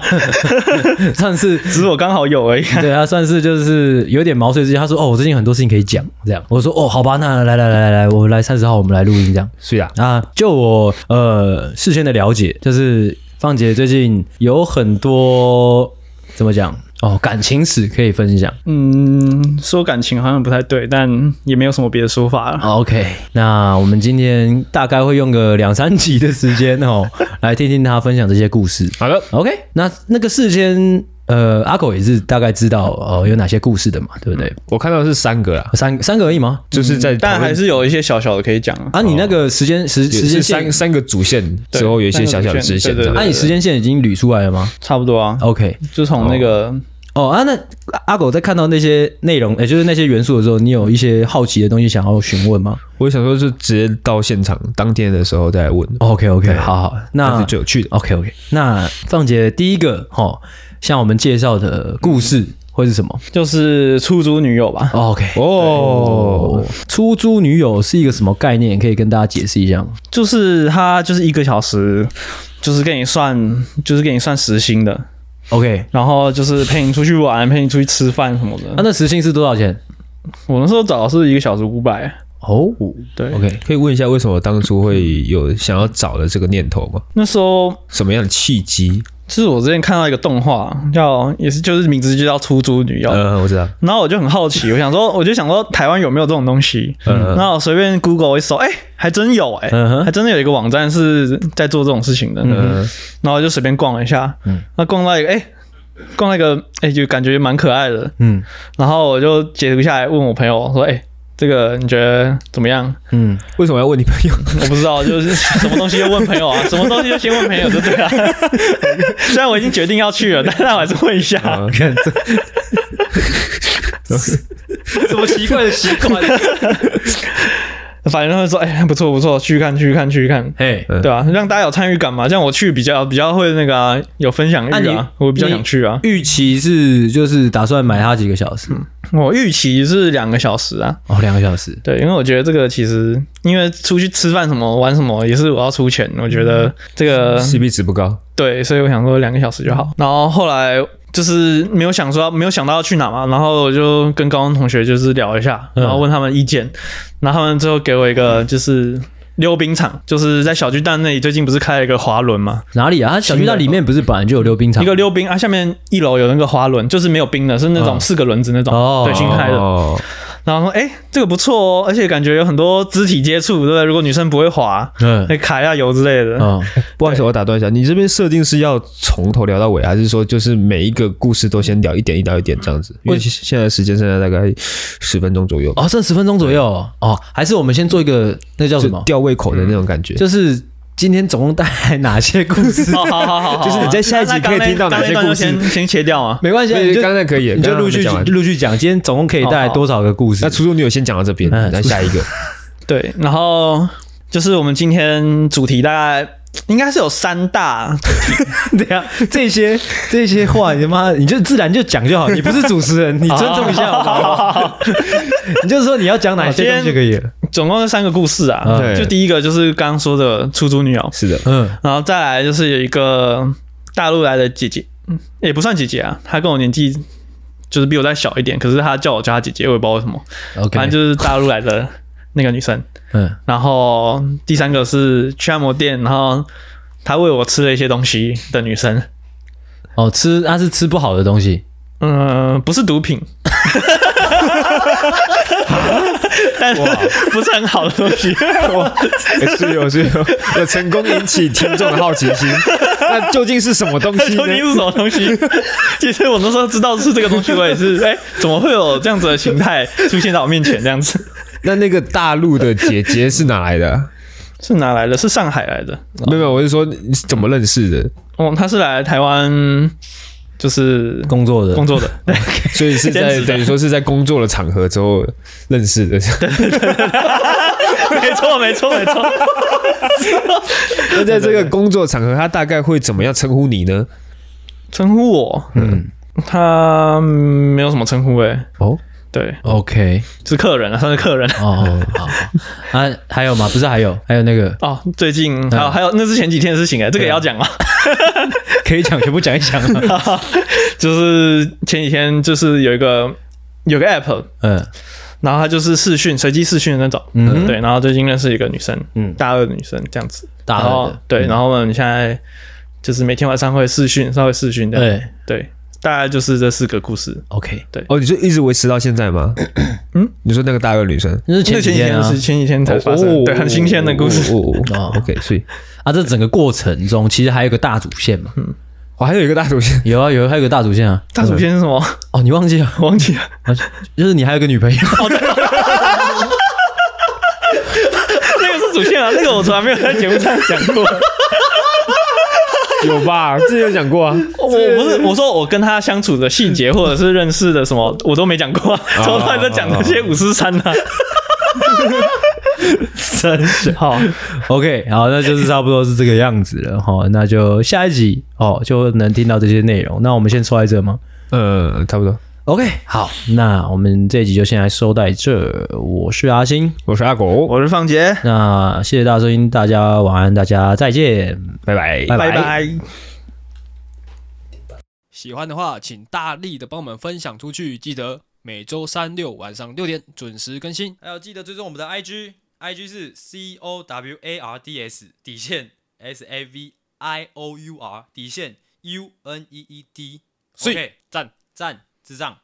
Speaker 1: 算是
Speaker 2: 只是我刚好有而已。
Speaker 1: 对他算是就是有点毛遂自荐。他说：“哦，我最近很多事情可以讲。”这样我说：“哦，好吧，那来来来来来，我们来三十号，我们来录音这样。”
Speaker 3: 是啊，
Speaker 1: 啊，就我呃事先的了解，就是芳姐最近有很多怎么讲哦感情史可以分享。
Speaker 2: 嗯，说感情好像不太对，但也没有什么别的说法了。
Speaker 1: 啊 OK，那我们今天大概会用个两三集的时间哦，来听听她分享这些故事。
Speaker 3: 好的，
Speaker 1: OK，那那个事先呃阿狗也是大概知道哦有哪些故事的嘛，对不对？
Speaker 3: 我看到的是三个啦，
Speaker 1: 三三个而已吗？
Speaker 3: 就是在讨
Speaker 2: 嗯但
Speaker 3: 论
Speaker 2: 还是有一些小小的可以讲啊。
Speaker 1: 啊，你那个时间时时
Speaker 3: 哦也是
Speaker 1: 间线
Speaker 3: 三，三个主线之后有一些小小的支线，
Speaker 2: 对对对
Speaker 1: 啊，你时间线已经捋出来了吗
Speaker 2: 差不多啊，
Speaker 1: ？OK，
Speaker 2: 就从那个
Speaker 1: 哦啊，那阿阿狗在看到那些内容，也、就是那些元素的时候，你有一些好奇的东西想要询问吗
Speaker 3: 我想说，就直接到现场当天的时候再来问，
Speaker 1: ？OK OK，好好，
Speaker 3: 那
Speaker 1: 那
Speaker 3: 是最有趣的。
Speaker 1: OK OK，那放姐第一个哈，向我们介绍的故事会是什么、
Speaker 2: 就是出租女友吧。
Speaker 1: o k
Speaker 3: 哦
Speaker 1: 哦，，出租女友是一个什么概念？可以跟大家解释一下吗？
Speaker 2: 就是他就是一个小时，就是给你算，就是给你算时薪的，
Speaker 1: ？OK，
Speaker 2: 然后就是陪你出去玩，陪你出去吃饭什么的。
Speaker 1: 那、
Speaker 3: 啊
Speaker 1: 那时薪是多少钱？
Speaker 2: 我那时候找的是一个小时五百，
Speaker 1: 哦，
Speaker 2: 对
Speaker 1: ，OK，
Speaker 3: 可以问一下为什么当初会有想要找的这个念头吗？
Speaker 2: 那时候
Speaker 3: 什么样的契机？
Speaker 2: 就是我之前看到一个动画，叫也是就是名字就叫《出租女友》，
Speaker 3: 嗯，我知道，
Speaker 2: 然后我就很好 奇，我想说，我就想说台湾有没有这种东西？
Speaker 3: 嗯
Speaker 2: 然后我随便 Google 一搜，哎、还真有哎、
Speaker 1: 嗯哼
Speaker 2: 还真的有一个网站是在做这种事情的。
Speaker 3: 嗯，
Speaker 2: 然后我就随便逛了一下，
Speaker 1: 嗯
Speaker 2: 那逛到一个哎、逛到一个哎、就感觉蛮可爱的。
Speaker 1: 嗯
Speaker 2: 然后我就截图下来问我朋友说，哎、这个你觉得怎么样？
Speaker 1: 嗯，
Speaker 3: 为什么要问你朋友？
Speaker 2: 我不知道，就是什么东西就问朋友 啊，什么东西就先问朋友就对了。虽然我已经决定要去了，但是我还是问一下。
Speaker 3: 嗯
Speaker 1: 看这什么奇怪的习惯？
Speaker 2: 反正他们说，哎、不错不错，去看去看去看，
Speaker 1: 嘿，
Speaker 3: 嗯
Speaker 2: 对啊，让大家有参与感嘛，这样我去比较比较会那个、啊、有分享
Speaker 1: 那
Speaker 2: 欲
Speaker 1: 你
Speaker 2: 啊，我比较想去啊。
Speaker 1: 预期是就是打算买它几个小时？
Speaker 3: 嗯
Speaker 2: 我预期是两个小时啊，
Speaker 1: 哦，两个小时。
Speaker 2: 对，因为我觉得这个其实因为出去吃饭什么玩什么也是我要出钱，我觉
Speaker 1: 嗯
Speaker 2: 得这个
Speaker 3: CP 值不高，
Speaker 2: 对，所以我想说两个小时就好。然后后来就是没有想说没有想到要去哪嘛，然后我就跟高中同学就是聊一下，
Speaker 1: 嗯
Speaker 2: 然后问他们意见，然后他们最后给我一个就是溜冰场，就是在小巨蛋那里最近不是开了一个滑轮嘛，
Speaker 1: 哪里啊？它小巨蛋里面不是本来就有溜冰场？
Speaker 2: 一个溜冰啊，下面一楼有那个滑轮，就是没有冰的，是那种
Speaker 1: 嗯
Speaker 2: 四个轮子那种，
Speaker 1: 哦
Speaker 2: 对，新开的。
Speaker 3: 哦，
Speaker 2: 然后说，哎、这个不错哦，而且感觉有很多肢体接触，对不对？如果女生不会滑，
Speaker 1: 嗯
Speaker 2: 可以卡一下油之类的。
Speaker 1: 嗯，
Speaker 3: 不好意思，我打断一下，你这边设定是要从头聊到尾，还是说就是每一个故事都先聊一点一点一点这样子？因为现在时间剩下大概十分钟左右，
Speaker 1: 哦，剩十分钟左右哦哦，还是我们先做一个那叫什么
Speaker 3: 就？吊胃口的那种感觉。
Speaker 1: 就是今天总共带来哪些故 事？
Speaker 3: 哦
Speaker 2: 好好好好好，
Speaker 3: 就是你在下一集
Speaker 2: 那那
Speaker 3: 可以听到哪些
Speaker 2: 刚才
Speaker 3: 故事
Speaker 2: 刚才那段就先先切掉啊。
Speaker 1: 没关系啊，你就
Speaker 3: 刚才可以，
Speaker 1: 你就陆续
Speaker 3: 讲完。
Speaker 1: 陆续讲，今天总共可以带来多少个故事
Speaker 3: 那？初中女友先讲到这边，
Speaker 1: 嗯
Speaker 3: 来下一个。
Speaker 2: 对，然后就是我们今天主题大概应该是有三大，
Speaker 1: 对呀，这些这些话，你妈你就自然就讲就好，你不是主持 人，你
Speaker 2: 啊
Speaker 1: 尊重一下
Speaker 3: 哦
Speaker 1: 我好不好， 你就说你要讲哪些东西就可以了。
Speaker 2: 总共是三个故事啊。
Speaker 3: 对
Speaker 2: 就第一个就是刚刚说的出租女友，
Speaker 3: 是的，
Speaker 1: 嗯，
Speaker 2: 然后再来就是有一个大陆来的姐姐，嗯也不算姐姐啊，她跟我年纪就是比我再小一点，可是她叫我叫她姐姐，我也不知道为什么。
Speaker 1: 嗯
Speaker 3: 嗯
Speaker 1: OK，
Speaker 2: 反正就是大陆来的那个女生。
Speaker 1: 嗯，
Speaker 2: 然后第三个是去按摩店，然后她喂我吃了一些东西的女生。
Speaker 1: 哦，吃他是吃不好的东 西，
Speaker 2: 嗯，不是毒品，但是 不是很好的东西。
Speaker 3: 欸是有是有，有成功引起听众的好奇 心。那究竟是什么东 西
Speaker 2: 究
Speaker 3: 呢
Speaker 2: 竟？是什么东西？其实我那时候知道是这个东西，我也是哎、怎么会有这样子的形态出现在我面前？这样子
Speaker 3: 那那个大陆的姐姐是哪来的啊？
Speaker 2: 是哪来的？是上海来的。
Speaker 3: 没有，没有，我是说你是怎么认识的？
Speaker 2: 哦，他是来台湾就是
Speaker 1: 工作的
Speaker 2: 工作的， 对，
Speaker 3: 所以是
Speaker 2: 兼职
Speaker 3: 在
Speaker 2: 的
Speaker 3: 等于说是在工作的场合之后认识的。
Speaker 2: 没错，没错，没错。
Speaker 3: 那在这个工作场合，他大概会怎么样称呼你呢？
Speaker 2: 称呼我，嗯，他没有什么称呼哎、
Speaker 3: 哦，
Speaker 2: 对，
Speaker 1: OK，
Speaker 2: 是客人啊，算是客人。
Speaker 1: 哦，好，好啊，还有吗？不是还有，还有那 个
Speaker 2: 哦，最近还有、还有，那是前几天的事情哎、这个也要讲吗？
Speaker 1: 可以讲，全部讲一讲啊。
Speaker 2: 就是前几天就是有一个有个 app，
Speaker 1: 嗯
Speaker 2: 然后它就是视讯随机视讯的那种，
Speaker 1: 嗯，
Speaker 2: 对，然后最近认识一个女生，
Speaker 1: 嗯
Speaker 2: 大二的女生这样子，
Speaker 1: 大
Speaker 2: 然后
Speaker 1: 二的，
Speaker 2: 对，然后我们现在就是每天晚上会视讯，稍微视讯的，
Speaker 1: 对
Speaker 2: 对，大概就是这四个故事，
Speaker 1: ，OK，
Speaker 3: 哦，你就一直维持到现在吗？嗯，你说那个大二女生
Speaker 1: 那是
Speaker 2: 那
Speaker 1: 前几
Speaker 2: 前几天
Speaker 1: 天啊
Speaker 2: 是前几天才发生，对，很新鲜的故事，
Speaker 3: 哦哦
Speaker 1: 哦
Speaker 3: 哦哦，OK，所以
Speaker 1: 啊，这整个过程中其实还有一个大主线嘛，
Speaker 3: 我还有一个大主线，
Speaker 1: 有啊有，还有一个大主线啊。
Speaker 2: 大主线是什么？
Speaker 1: 哦，你忘记 了，
Speaker 2: 我忘记了。
Speaker 1: 啊就是你还有个女 朋友，
Speaker 2: 那个是主线啊，那个我从来没有在节目上讲 过。
Speaker 3: 有吧？之前有讲过啊。
Speaker 2: 我不是我说我跟他相处的细节，或者是认识的什么，我都没讲过、啊， 从头到尾都讲那些五十三 啊。
Speaker 1: 真是。
Speaker 2: 好，
Speaker 1: OK，好，那就是差不多是这个样子了哈。 那就下一集哦，就能听到这些内容。那我们先说在这吗
Speaker 3: 呃，差不多。
Speaker 1: ？OK，好，那我们这一集就先来收在这。我是阿星，
Speaker 3: 我是阿狗，
Speaker 2: 我是放杰，
Speaker 1: 那谢谢大家收听，大家晚安，大家再见。
Speaker 3: 拜拜。
Speaker 1: 拜
Speaker 2: 拜拜
Speaker 4: 喜欢的话，请大力的帮我们分享出去。记得每周三六晚上六点准时更新。
Speaker 5: 还有记得追踪我们的 IG，IG 是 C O W A R D S 底线 S A V I O U R 底线 U N E E D。
Speaker 4: 所以
Speaker 5: OK，
Speaker 4: 赞。
Speaker 5: 赞，智障。